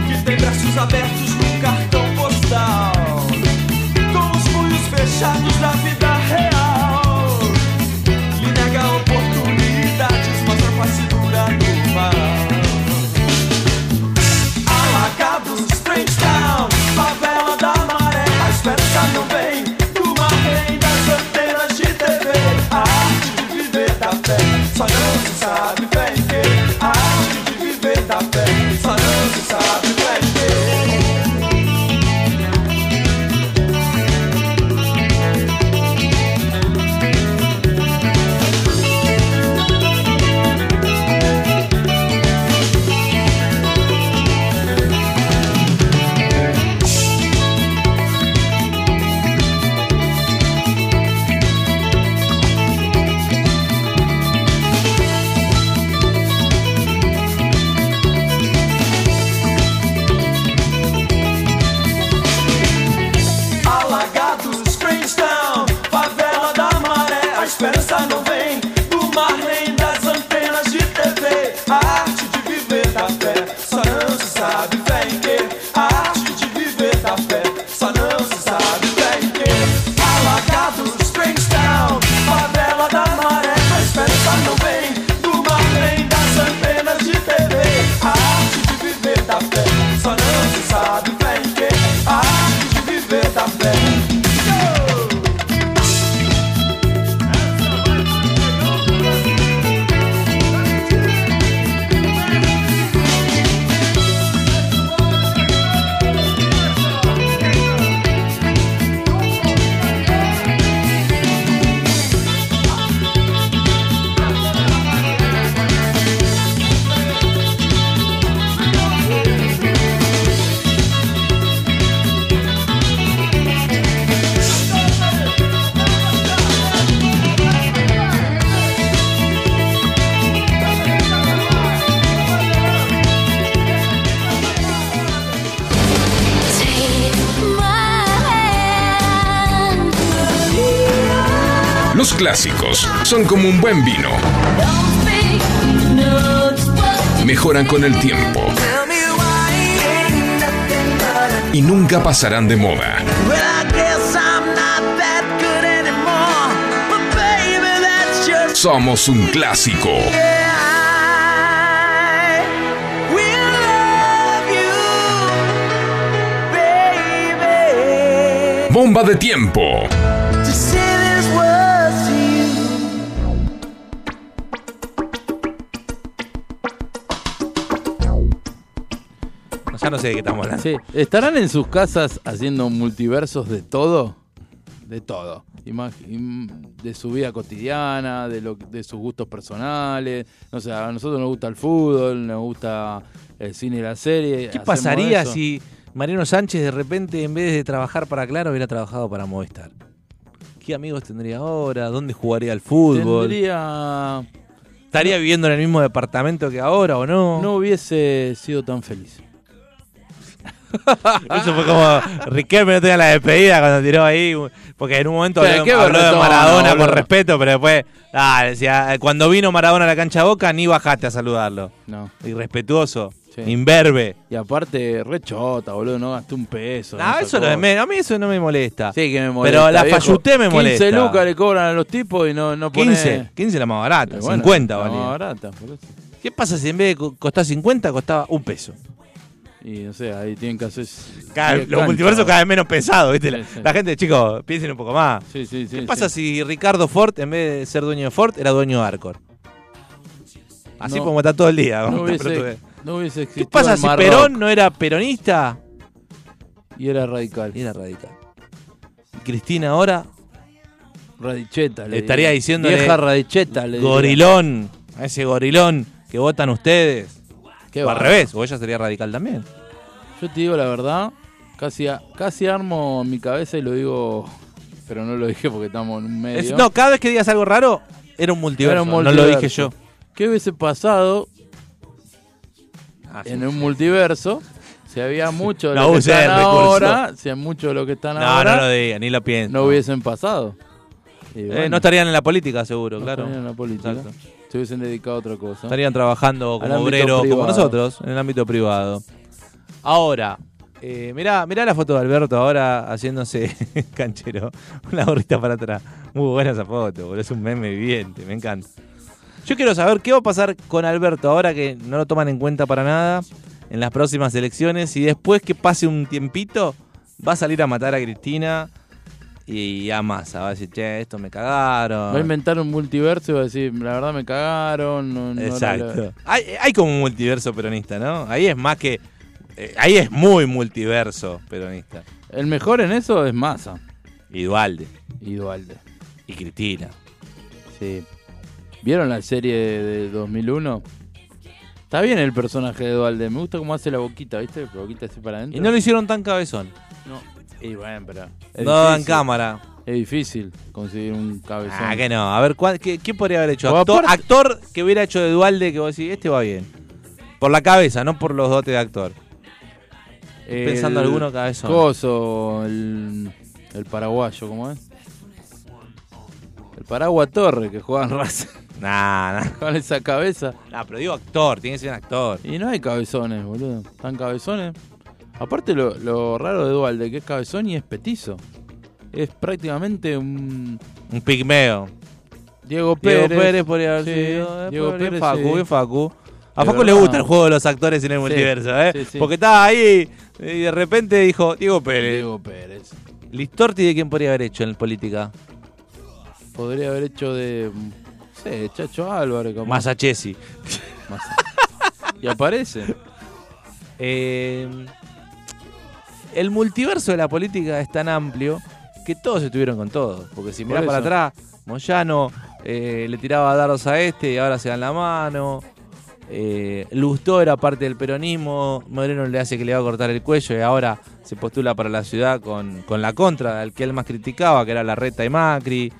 B: que tem braços abertos num cartão postal. Com os punhos fechados da vida real. Me nega oportunidades, mostra com a cintura do mar. Alagados, Strange Town, favela da maré. A esperança não vem do mar, nem das antenas de TV. A arte de viver da fé, só não se sabe bem que. A arte de viver da fé, só não se sabe bem que. esperança não vem do mar nem das antenas de TV. A arte de viver da fé só não se sabe bem que. A arte de viver da fé só não se sabe bem que. Alagados, Strange Town, favela da maré, a esperança não vem do mar nem das antenas de TV. A arte de viver da fé só não se sabe bem que. A arte de viver da fé. Yo!
A: Los clásicos son como un buen vino. Mejoran con el tiempo. Y nunca pasarán de moda. Somos un clásico. Bomba de tiempo.
E: Ya no sé de qué estamos hablando.
F: Sí. ¿Estarán en sus casas haciendo multiversos de todo? De todo. Imag- im- De su vida cotidiana, de, lo, de sus gustos personales. No sé, a nosotros nos gusta el fútbol, nos gusta el cine y la serie.
E: ¿Qué
F: hacemos
E: pasaría
F: eso.
E: si Mariano Sánchez de repente, en vez de trabajar para Claro, hubiera trabajado para Movistar? ¿Qué amigos tendría ahora? ¿Dónde jugaría al fútbol?
F: Tendría-
E: ¿Estaría viviendo en el mismo departamento que ahora o no?
F: No hubiese sido tan feliz.
E: Eso fue como Riquelme no tenía la despedida cuando tiró ahí. Porque en un momento
F: Pero
E: habló,
F: qué
E: habló de
F: berretón,
E: Maradona
F: boludo.
E: con respeto, pero después, ah, decía, eh, cuando vino Maradona a la cancha Boca, ni bajaste a saludarlo.
F: No.
E: Irrespetuoso,
F: Sí.
E: imberbe.
F: Y aparte, re chota, boludo, no gasté un peso.
E: Ah, eso no
F: lo
E: es menos. A mí eso no me molesta.
F: Sí, que me molesta.
E: Pero la
F: viejo.
E: falluté me molesta.
F: 15 lucas le cobran a los tipos y no, no pone...
E: 15, 15 la más barata,
F: Pero bueno,
E: 50
F: la más
E: valía.
F: barata, por eso.
E: ¿Qué pasa si en vez de co- costar 50 costaba un peso?
F: Y no sé, ahí tienen que hacer.
E: Cada-
F: diez
E: los
F: canchas.
E: multiversos cada vez menos pesados, ¿viste? La,
F: Sí, sí.
E: la gente, chicos, piensen un poco más.
F: Sí, sí, sí.
E: ¿Qué pasa si Ricardo Ford, en vez de ser dueño de Ford, era dueño de Arcor? Así
F: No.
E: podemos estar todo el día. con
F: No
E: esta
F: hubiese,
E: pelotudez.
F: no hubiese existido
E: ¿Qué pasa
F: el
E: si
F: Mar
E: Perón
F: Rock
E: no era peronista?
F: Y era radical.
E: Era radical. Y Cristina ahora,
F: Radicheta, le
E: Estaría
F: diría.
E: diciéndole-
F: Vieja radicheta, le diría.
E: gorilón, a ese gorilón que votan ustedes.
F: Qué
E: o al
F: barba.
E: revés, o ella sería radical también.
F: Yo te digo la verdad, casi, a- casi armo mi cabeza y lo digo. Pero no lo dije porque estamos en un medio.
E: Es- no, cada vez que digas algo raro, era un multiverso.
F: Era un
E: No lo
F: multiverso.
E: dije yo.
F: ¿Qué hubiese pasado
E: Ah, sí.
F: en un multiverso? Si había mucho de
E: La
F: lo que
E: usé de
F: están
E: recurso.
F: ahora, si hay mucho de lo que están
E: No,
F: ahora,
E: no lo diga, ni lo pienso.
F: no hubiesen pasado. Y
E: Eh,
F: bueno.
E: no estarían en la política, seguro,
F: No
E: claro.
F: estarían en la política.
E: Exacto.
F: Se hubiesen dedicado a otra cosa.
E: Estarían trabajando
F: Al
E: como
F: ámbito
E: obreros como
F: privado.
E: nosotros, en el ámbito privado. Ahora, eh, mirá, mirá la foto de Alberto ahora haciéndose canchero. Una gorrita para atrás. Muy buena esa foto, boludo. Es un meme viviente, me encanta. Yo quiero saber qué va a pasar con Alberto ahora que no lo toman en cuenta para nada en las próximas elecciones y después que pase un tiempito va a salir a matar a Cristina y a Massa. Va a decir, che, esto me cagaron.
F: Va a inventar un multiverso y va a decir, la verdad me cagaron. no- no
E: Exacto.
F: la-
E: Hay, hay como un multiverso peronista, ¿no? Ahí es más que. eh, ahí es muy multiverso peronista.
F: El mejor en eso es Massa
E: Y Dualde.
F: y Dualde.
E: Y Cristina.
F: Sí. ¿Vieron la serie de, de 2001? Está bien el personaje de Dualde. Me gusta cómo hace la boquita, ¿viste? La boquita así para adentro.
E: Y no lo hicieron tan cabezón.
F: No. Y bueno, pero... es
E: no dan
F: difícil.
E: cámara.
F: Es difícil conseguir un cabezón.
E: Ah, que no. A ver, ¿cuál- qué, qué podría haber hecho?
F: O
E: Actor,
F: aparte-
E: actor que hubiera hecho de Dualde que vos decís, este va bien. Por la cabeza, no por los dotes de actor.
F: El
E: pensando alguno cabezón.
F: Coso, el, el paraguayo, ¿cómo es? El Paragua Torre que juega en Racing
E: Nah, nah.
F: con esa cabeza.
E: Nah, pero digo actor, tiene que ser un actor.
F: Y no hay cabezones, boludo. Están cabezones. Aparte, lo, lo raro de Dualde, que es cabezón y es petizo. Es prácticamente un
E: Un pigmeo. Diego
F: Diego Pérez.
E: Pérez podría haber
F: Sí,
E: sido. eh,
F: Diego
E: podría-
F: Pérez,
E: Facu,
F: sí.
E: bien Facu. A
F: De
E: Facu le
F: verdad.
E: gusta el juego de los actores en el multiverso, ¿eh?
F: sí, sí.
E: Porque estaba ahí y de repente dijo, Diego Pérez.
F: Diego Pérez.
E: Listorti, ¿de quién podría haber hecho en política?
F: Podría haber hecho de. mm, No sé, Chacho Álvarez. capaz.
E: Masachesi.
F: Massa. y aparece.
E: Eh, el multiverso de la política es tan amplio que todos estuvieron con todos. Porque si mirás
F: Por
E: para
F: eso.
E: atrás, Moyano eh, le tiraba dardos a este y ahora se dan la mano. Eh, Lustó era parte del peronismo. Moreno le hace que le va a cortar el cuello y ahora se postula para la ciudad con, con la contra, al que él más criticaba, que era la reta y Macri.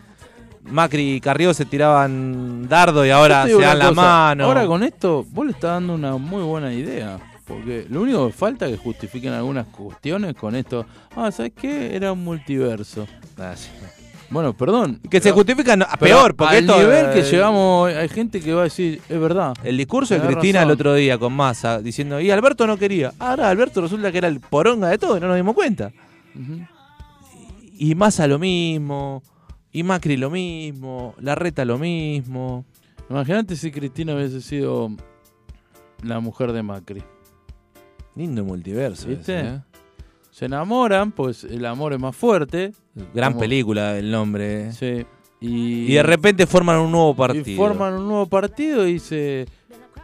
E: Macri y Carrió se tiraban dardo y ahora
F: Yo te
E: se
F: digo
E: dan
F: una
E: la
F: cosa,
E: mano.
F: Ahora con esto, vos le estás dando una muy buena idea. Porque lo único que falta es que justifiquen algunas cuestiones con esto. Ah, ¿sabes qué? Era un multiverso.
E: Ah, sí.
F: Bueno, perdón.
E: Que se
F: pero-
E: justifican no,
F: pero
E: peor, porque
F: al
E: esto.
F: nivel que
E: eh,
F: llegamos, hay gente que va a decir, es verdad.
E: El discurso de
F: Tenés
E: Cristina
F: razón.
E: el otro día con Massa diciendo, y Alberto no quería. Ahora Alberto resulta que era el poronga de todo y no nos dimos cuenta.
F: Ujú.
E: Y Massa lo mismo, y Macri lo mismo, Larreta lo mismo.
F: Imagínate si Cristina hubiese sido la mujer de Macri.
E: Lindo multiverso.
F: ¿Viste?
E: ese, ¿eh?
F: Se enamoran, pues el amor es más fuerte.
E: Gran
F: Como-
E: película el nombre. ¿eh?
F: Sí. Y,
E: Y de repente forman un nuevo partido.
F: Y forman un nuevo partido y se.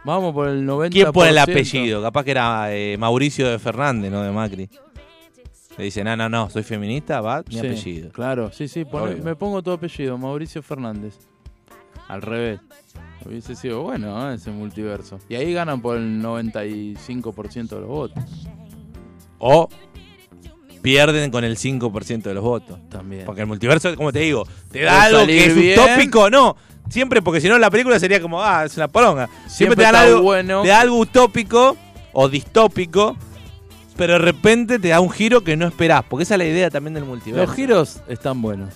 F: Vamos por el 90%.
E: ¿Quién pone el apellido? Capaz que era eh, Mauricio de Fernández, no de Macri. Le dicen, no, no, no, soy feminista, va, mi
F: Sí,
E: apellido.
F: Claro, sí, sí. pone-
E: Obvio.
F: me pongo tu apellido, Mauricio Fernández. Al revés. Hubiese sido bueno ¿eh? ese multiverso. Y ahí ganan por el 95% de los votos.
E: O pierden con el 5% de los votos.
F: También.
E: Porque el multiverso, como te digo, te da
F: Puede
E: algo
F: salir
E: que es
F: bien.
E: utópico, no. Siempre, porque si no la película sería como, ah, es una poronga. Siempre, te,
F: Siempre
E: dan
F: está
E: algo,
F: bueno.
E: te da algo utópico o distópico, pero de repente te da un giro que no esperás, porque esa es la idea también del multiverso.
F: Los giros están buenos.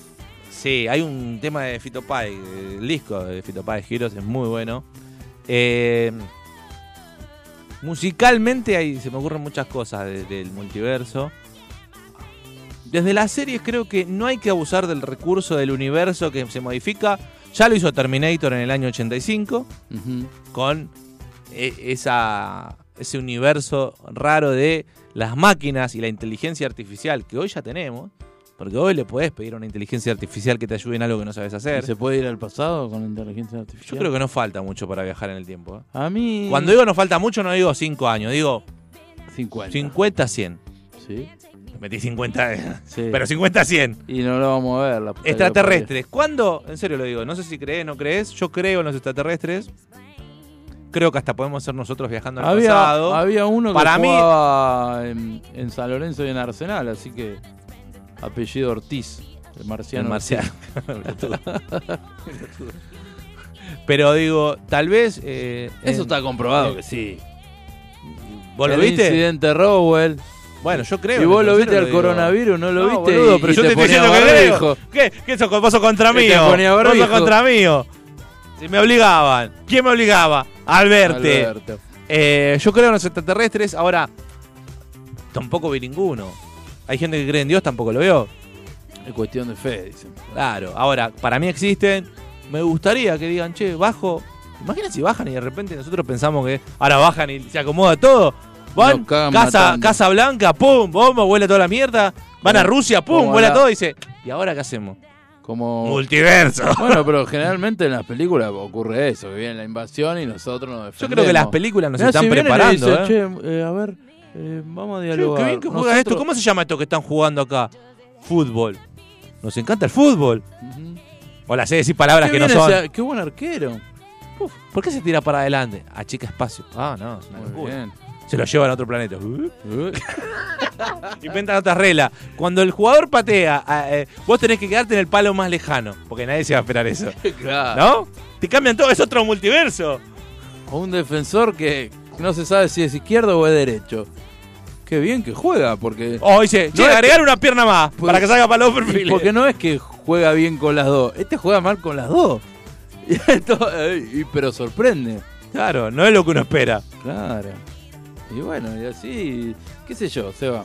E: Sí, hay un tema de Fito Páez, eh, el disco de Fito Páez Giros es muy bueno. Eh, musicalmente ahí se me ocurren muchas cosas de- del multiverso. Desde las series creo que no hay que abusar del recurso del universo que se modifica. Ya lo hizo Terminator en el año 85
F: Ujú.
E: con eh, esa, ese universo raro de las máquinas y la inteligencia artificial que hoy ya tenemos. Porque hoy le podés pedir a una inteligencia artificial que te ayude en algo que no sabes
F: ¿Y
E: hacer.
F: ¿Se puede ir al pasado con la inteligencia artificial?
E: Yo creo que no falta mucho para viajar en el tiempo. ¿eh?
F: A mí.
E: Cuando digo no falta mucho, no digo 5 años, digo
F: 50.
E: 50, 100.
F: Sí.
E: Le Metí 50, eh,
F: sí.
E: pero 50, 100.
F: Y no lo vamos a ver. La puta que lo
E: Extraterrestres. ¿Cuándo? En serio lo digo. No sé si crees, no crees. Yo creo en los extraterrestres. Creo que hasta podemos ser nosotros viajando al
F: Había,
E: pasado.
F: había uno que
E: Para mí-
F: jugaba en, en San Lorenzo y en Arsenal, así que apellido Ortiz, el marciano.
E: El marciano. Pero digo, tal vez. eh,
F: Eso
E: en-
F: está comprobado que sí.
E: ¿Vos lo
F: El
E: viste?
F: incidente Rowell.
E: Bueno, yo creo.
F: y vos
E: en
F: lo
E: serio
F: viste al
E: digo.
F: coronavirus, no lo
E: No,
F: viste.
E: boludo,
F: y-
E: pero
F: y
E: yo te,
F: te
E: estoy
F: ponía
E: diciendo que
F: barbijo.
E: creo. ¿Qué? ¿Qué sos, vos sos contra
F: Que
E: mí?
F: te ponía
E: Vos sos
F: barbijo.
E: contra mí. Si me obligaban. ¿Quién me obligaba? Alberte.
F: Alberto.
E: Eh, yo creo en los extraterrestres. Ahora, tampoco vi ninguno. Hay gente que cree en Dios, tampoco lo veo.
F: Es cuestión de fe, dicen.
E: Claro, ahora, para mí existen. Me gustaría que digan, che, bajo. Imagina si bajan y de repente nosotros pensamos que ahora bajan y se acomoda todo. Van,
F: Nos cagan
E: casa,
F: matando.
E: casa Blanca, pum, bomba, vuela toda la mierda. Van a
F: Como-
E: Rusia, pum,
F: como
E: vuela
F: la-
E: todo. Dice, ¿y ahora qué hacemos?
F: Como.
E: Multiverso.
F: Bueno, pero generalmente en las películas ocurre eso, que viene la invasión y nosotros nos
E: Yo
F: defendemos.
E: creo que las películas nos
F: Mirá,
E: están
F: si vienen y le
E: preparando.
F: dicen,
E: ¿eh?
F: "Che, eh, a ver, eh, vamos a
E: Che,
F: dialogar.
E: qué bien que juegas esto.
F: Nosotros-
E: ¿Cómo se llama esto que están jugando acá? Fútbol. Nos encanta el fútbol.
F: Ujú.
E: Hola, sé decir palabras que
F: Qué
E: no
F: bien
E: son.
F: ese- qué buen arquero.
E: Uf, ¿Por qué se tira para adelante? A chica espacio. Ah, no, es una
F: Muy
E: locura.
F: bien.
E: Se lo llevan a otro planeta. Uh.
F: Uy,
E: Inventan otras reglas. Cuando el jugador patea, ah, eh, vos tenés que quedarte en el palo más lejano. Porque nadie se va a esperar eso.
F: claro.
E: ¿No? Te cambian todo, es otro multiverso.
F: O un defensor que no se sabe si es izquierdo o es derecho. Qué bien que juega, porque.
E: O dice, che,
F: No es- Pues,
E: agregar una pierna más para que salga para los
F: y
E: perfiles.
F: Porque no es que juega bien con las dos. Este juega mal con las dos. Y esto, eh, y- pero sorprende.
E: Claro, no es lo que uno espera.
F: Claro. Y bueno, y así, qué sé yo, se va.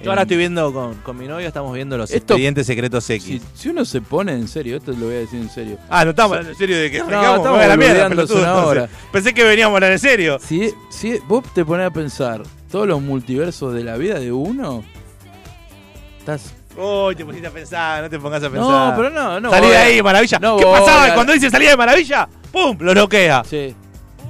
E: Yo ahora estoy viendo con, con mi novio, estamos viendo los
F: Esto-
E: expedientes secretos X.
F: Si, si uno se pone en serio, esto lo voy a decir en serio.
E: Ah, no estamos hablando en serio de que
F: No,
E: arrancamos,
F: estamos
E: me voy a la mierda,
F: boludeando,
E: pelotudo,
F: es una
E: entonces. Pensé que veníamos a hablar en serio.
F: Si, si vos te pones a pensar todos los multiversos de la vida de uno, estás.
E: Uy, te pusiste a pensar, no te pongas a pensar.
F: No, pero no, no.
E: salí de
F: voy a-
E: ahí, maravilla.
F: No
E: ¿Qué
F: voy
E: pasaba?
F: a-
E: Cuando dice salida de maravilla, ¡pum! Lo noquea.
F: Sí.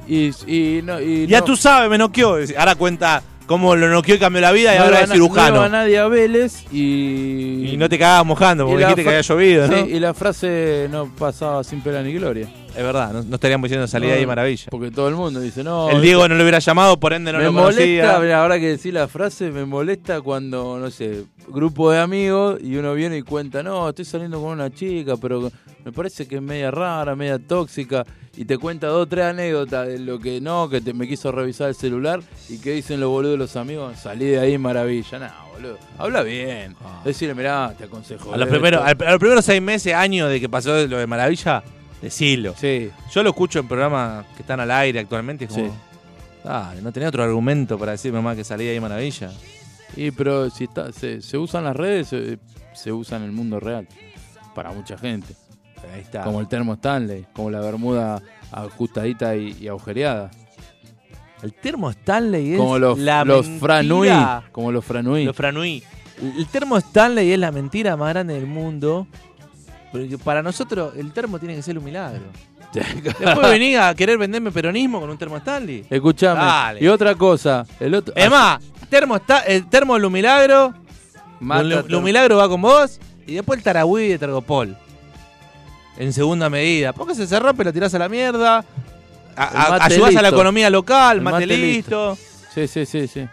F: Y, y no. Y
E: Ya
F: no-
E: tú sabes, me noqueó. Dice, Ahora cuenta cómo lo noqueó y cambió la vida y
F: no
E: ahora
F: le
E: es
F: gana- No le
E: cirujano.
F: va nadie a Vélez y.
E: y no te cagabas mojando
F: y
E: porque
F: la
E: dijiste que
F: fra-
E: había llovido, ¿no?
F: Sí, y la frase no pasaba sin pena ni gloria.
E: Es verdad, no, no estaríamos diciendo salida
F: No,
E: de ahí maravilla.
F: Porque todo el mundo dice, no.
E: El Diego no lo hubiera llamado, por ende no
F: me
E: lo
F: molesta,
E: conocía.
F: mirá, ahora que decís la frase, me molesta cuando, no sé, grupo de amigos y uno viene y cuenta, no, estoy saliendo con una chica, pero me parece que es media rara, media tóxica, y te cuenta dos o tres anécdotas de lo que no, que te- me quiso revisar el celular y que dicen los boludos de los amigos, salí de ahí maravilla, no, boludo, habla bien, decirle, mirá, te aconsejo.
E: Ah. A los
F: esto".
E: primeros, al- a los primeros seis meses, años de que pasó lo de maravilla, decilo.
F: Sí,
E: Yo lo escucho en programas que están al aire actualmente y es como.
F: Sí.
E: Dale, no tenía otro argumento para decirme más que salía ahí maravilla.
F: y, pero si está, se, se usan las redes, se, se usan en el mundo real, para mucha gente.
E: Ahí está.
F: Como el termo Stanley, como la bermuda ajustadita y, y agujereada.
E: el termo Stanley es
F: Como los,
E: la
F: los
E: mentira.
F: Franui. Como los Franui.
E: Los Franui. El termo Stanley es la mentira más grande del mundo. Porque para nosotros el termo tiene que ser un milagro. Después venís a querer venderme peronismo con un termo Stanley.
F: Escuchame.
E: Dale.
F: Y otra cosa, el otro.
E: Es más, termo está, el termo Lu Milagro,
F: ah, Mata
E: Lu-
F: ter-
E: Lu Milagro va con vos y después el Taragüí de Tergopol. En segunda medida. Porque se cerró, pero tirás a la mierda. A-
F: El
E: a-
F: mate
E: ayudás a la
F: listo.
E: economía local,
F: El
E: mate,
F: mate
E: listo.
F: Sí, sí, sí, sí.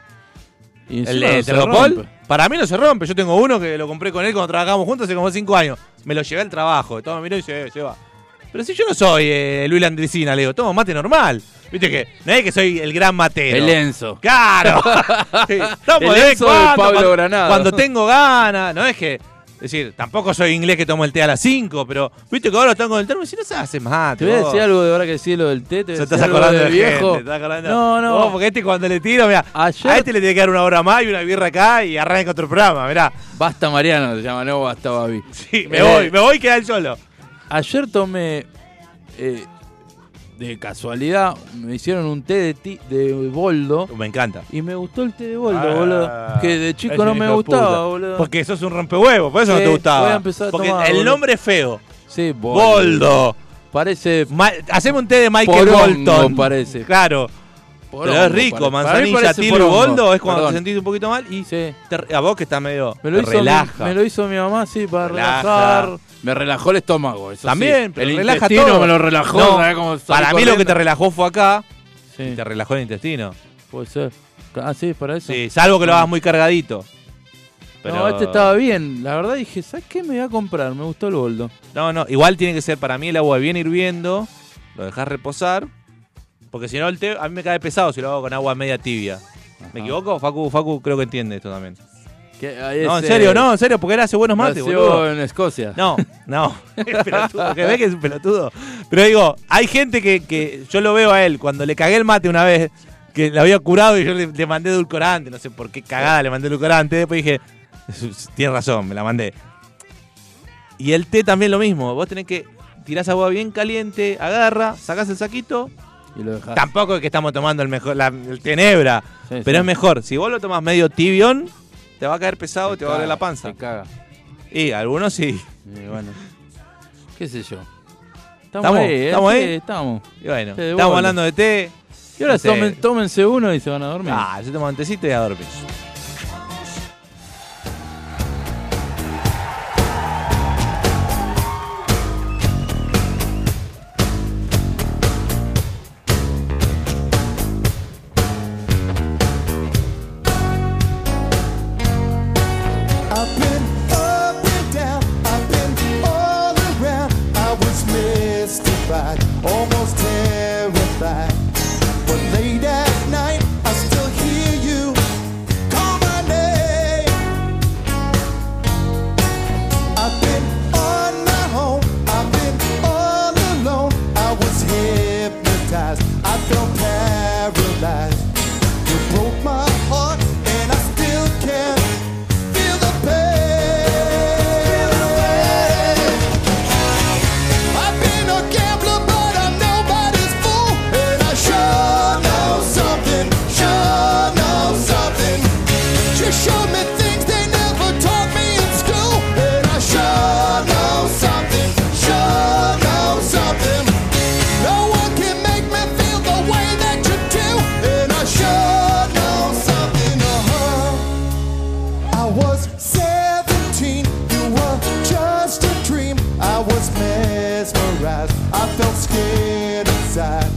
F: Y
E: El
F: encima
E: de
F: no se
E: Tergopol,
F: rompe.
E: para mí no se rompe. Yo tengo uno que lo compré con él cuando trabajábamos juntos hace como cinco años. Me lo llevé al trabajo. Toma, miró y dice, eh, se va. Pero si yo no soy eh, Luis Landricina, le digo, toma mate normal. Viste que no es que soy el gran matero.
F: El Enzo.
E: ¡Claro! Sí, estamos
F: El
E: de vez en
F: Enzo de
E: cuando,
F: Pablo
E: cuando-
F: Granado.
E: Cuando tengo ganas, no es que. Es decir, tampoco soy inglés que tomo el té a las 5, pero viste que ahora están con el termo y si no se hace más.
F: Te voy a
E: vos.
F: decir algo de ahora que decís lo del té. Te voy a
E: Se
F: decir
E: estás
F: algo
E: acordando
F: de
E: de
F: viejo.
E: gente, te estás acordando.
F: No, no.
E: Vos, porque este cuando le tiro, mira,
F: Ayer-
E: a este le tiene que dar una hora más y una birra acá y arranca otro programa, mirá.
F: Basta Mariano, se llama, no basta Babi.
E: Sí, me
F: Eh,
E: voy, me voy y queda él solo.
F: Ayer tomé, eh, de casualidad, me hicieron un té de, ti- de boldo.
E: Me encanta.
F: Y me gustó el té de boldo,
E: Ah,
F: boludo. Que de
E: ese
F: chico no
E: hijo
F: me
E: de
F: gustaba,
E: puta.
F: boludo.
E: Porque sos un rompehuevo, por eso
F: Sí,
E: no te gustaba.
F: voy a empezar a
E: Porque
F: tomar,
E: el
F: boludo.
E: nombre es feo.
F: sí, boldo.
E: Boldo.
F: Parece.
E: Ma- haceme un té de Michael
F: Porongo,
E: Bolton.
F: parece.
E: Claro.
F: porongo,
E: Pero es rico,
F: pare- para mí
E: manzanilla,
F: parece
E: tiro y
F: porongo.
E: boldo es cuando
F: Perdón.
E: te sentís un poquito mal y
F: Sí.
E: te re- a vos que estás medio
F: Me lo,
E: te
F: hizo
E: relaja.
F: Mi, me lo hizo mi mamá, sí, para
E: Relaja.
F: relajar. Me relajó el estómago, eso
E: También,
F: sí.
E: pero
F: el
E: relaja
F: intestino
E: todo.
F: me lo relajó.
E: No,
F: ¿sabés cómo salí
E: para mí lo que te
F: corriendo?
E: relajó fue acá,
F: Sí,
E: te relajó el intestino.
F: puede ser. Ah, sí, para eso.
E: Sí, salvo que lo hagas muy cargadito. Pero-
F: No, este estaba bien. La verdad dije, ¿sabes qué me voy a comprar? Me gustó el boldo.
E: No, no, igual tiene que ser para mí el agua bien hirviendo, lo dejas reposar, porque si no el té a mí me cae pesado si lo hago con agua media tibia. ¿Me equivoco? Facu, Facu creo que entiende esto también. No, en serio, no, en serio, porque él hace buenos mates, boludo.
F: ah, en Escocia.
E: No, no. Es pelotudo, que ve que es un pelotudo. Pero digo, hay gente que, que yo lo veo a él, cuando le cagué el mate una vez, que lo había curado y yo le, le mandé edulcorante, no sé por qué cagada le mandé edulcorante, después dije, tienes razón, me la mandé. Y el té también lo mismo, vos tenés que tirás agua bien caliente, agarra, sacás el saquito.
F: Y lo dejás.
E: Tampoco es que estamos tomando el mejor, la- el tenebra,
F: Sí,
E: pero
F: sí.
E: es mejor. Si vos lo tomás medio tibión, te va a caer pesado, te va a doler la panza.
F: Se caga.
E: Y algunos sí.
F: Y bueno, qué sé yo.
E: ¿Estamos? ¿Estamos ahí?
F: sí, estamos.
E: Y bueno,
F: Te
E: estamos
F: devuelvo.
E: hablando de té.
F: Y ahora
E: No sé.
F: tomen- tómense uno y se van a dormir.
E: Ah, yo tomo un tecito y a dormir.
H: I've been up and down, I've been all around. I was mystified, almost terrified. But late at night, I still hear you call my name. I've been on
B: uh-huh. felt scared inside. oh.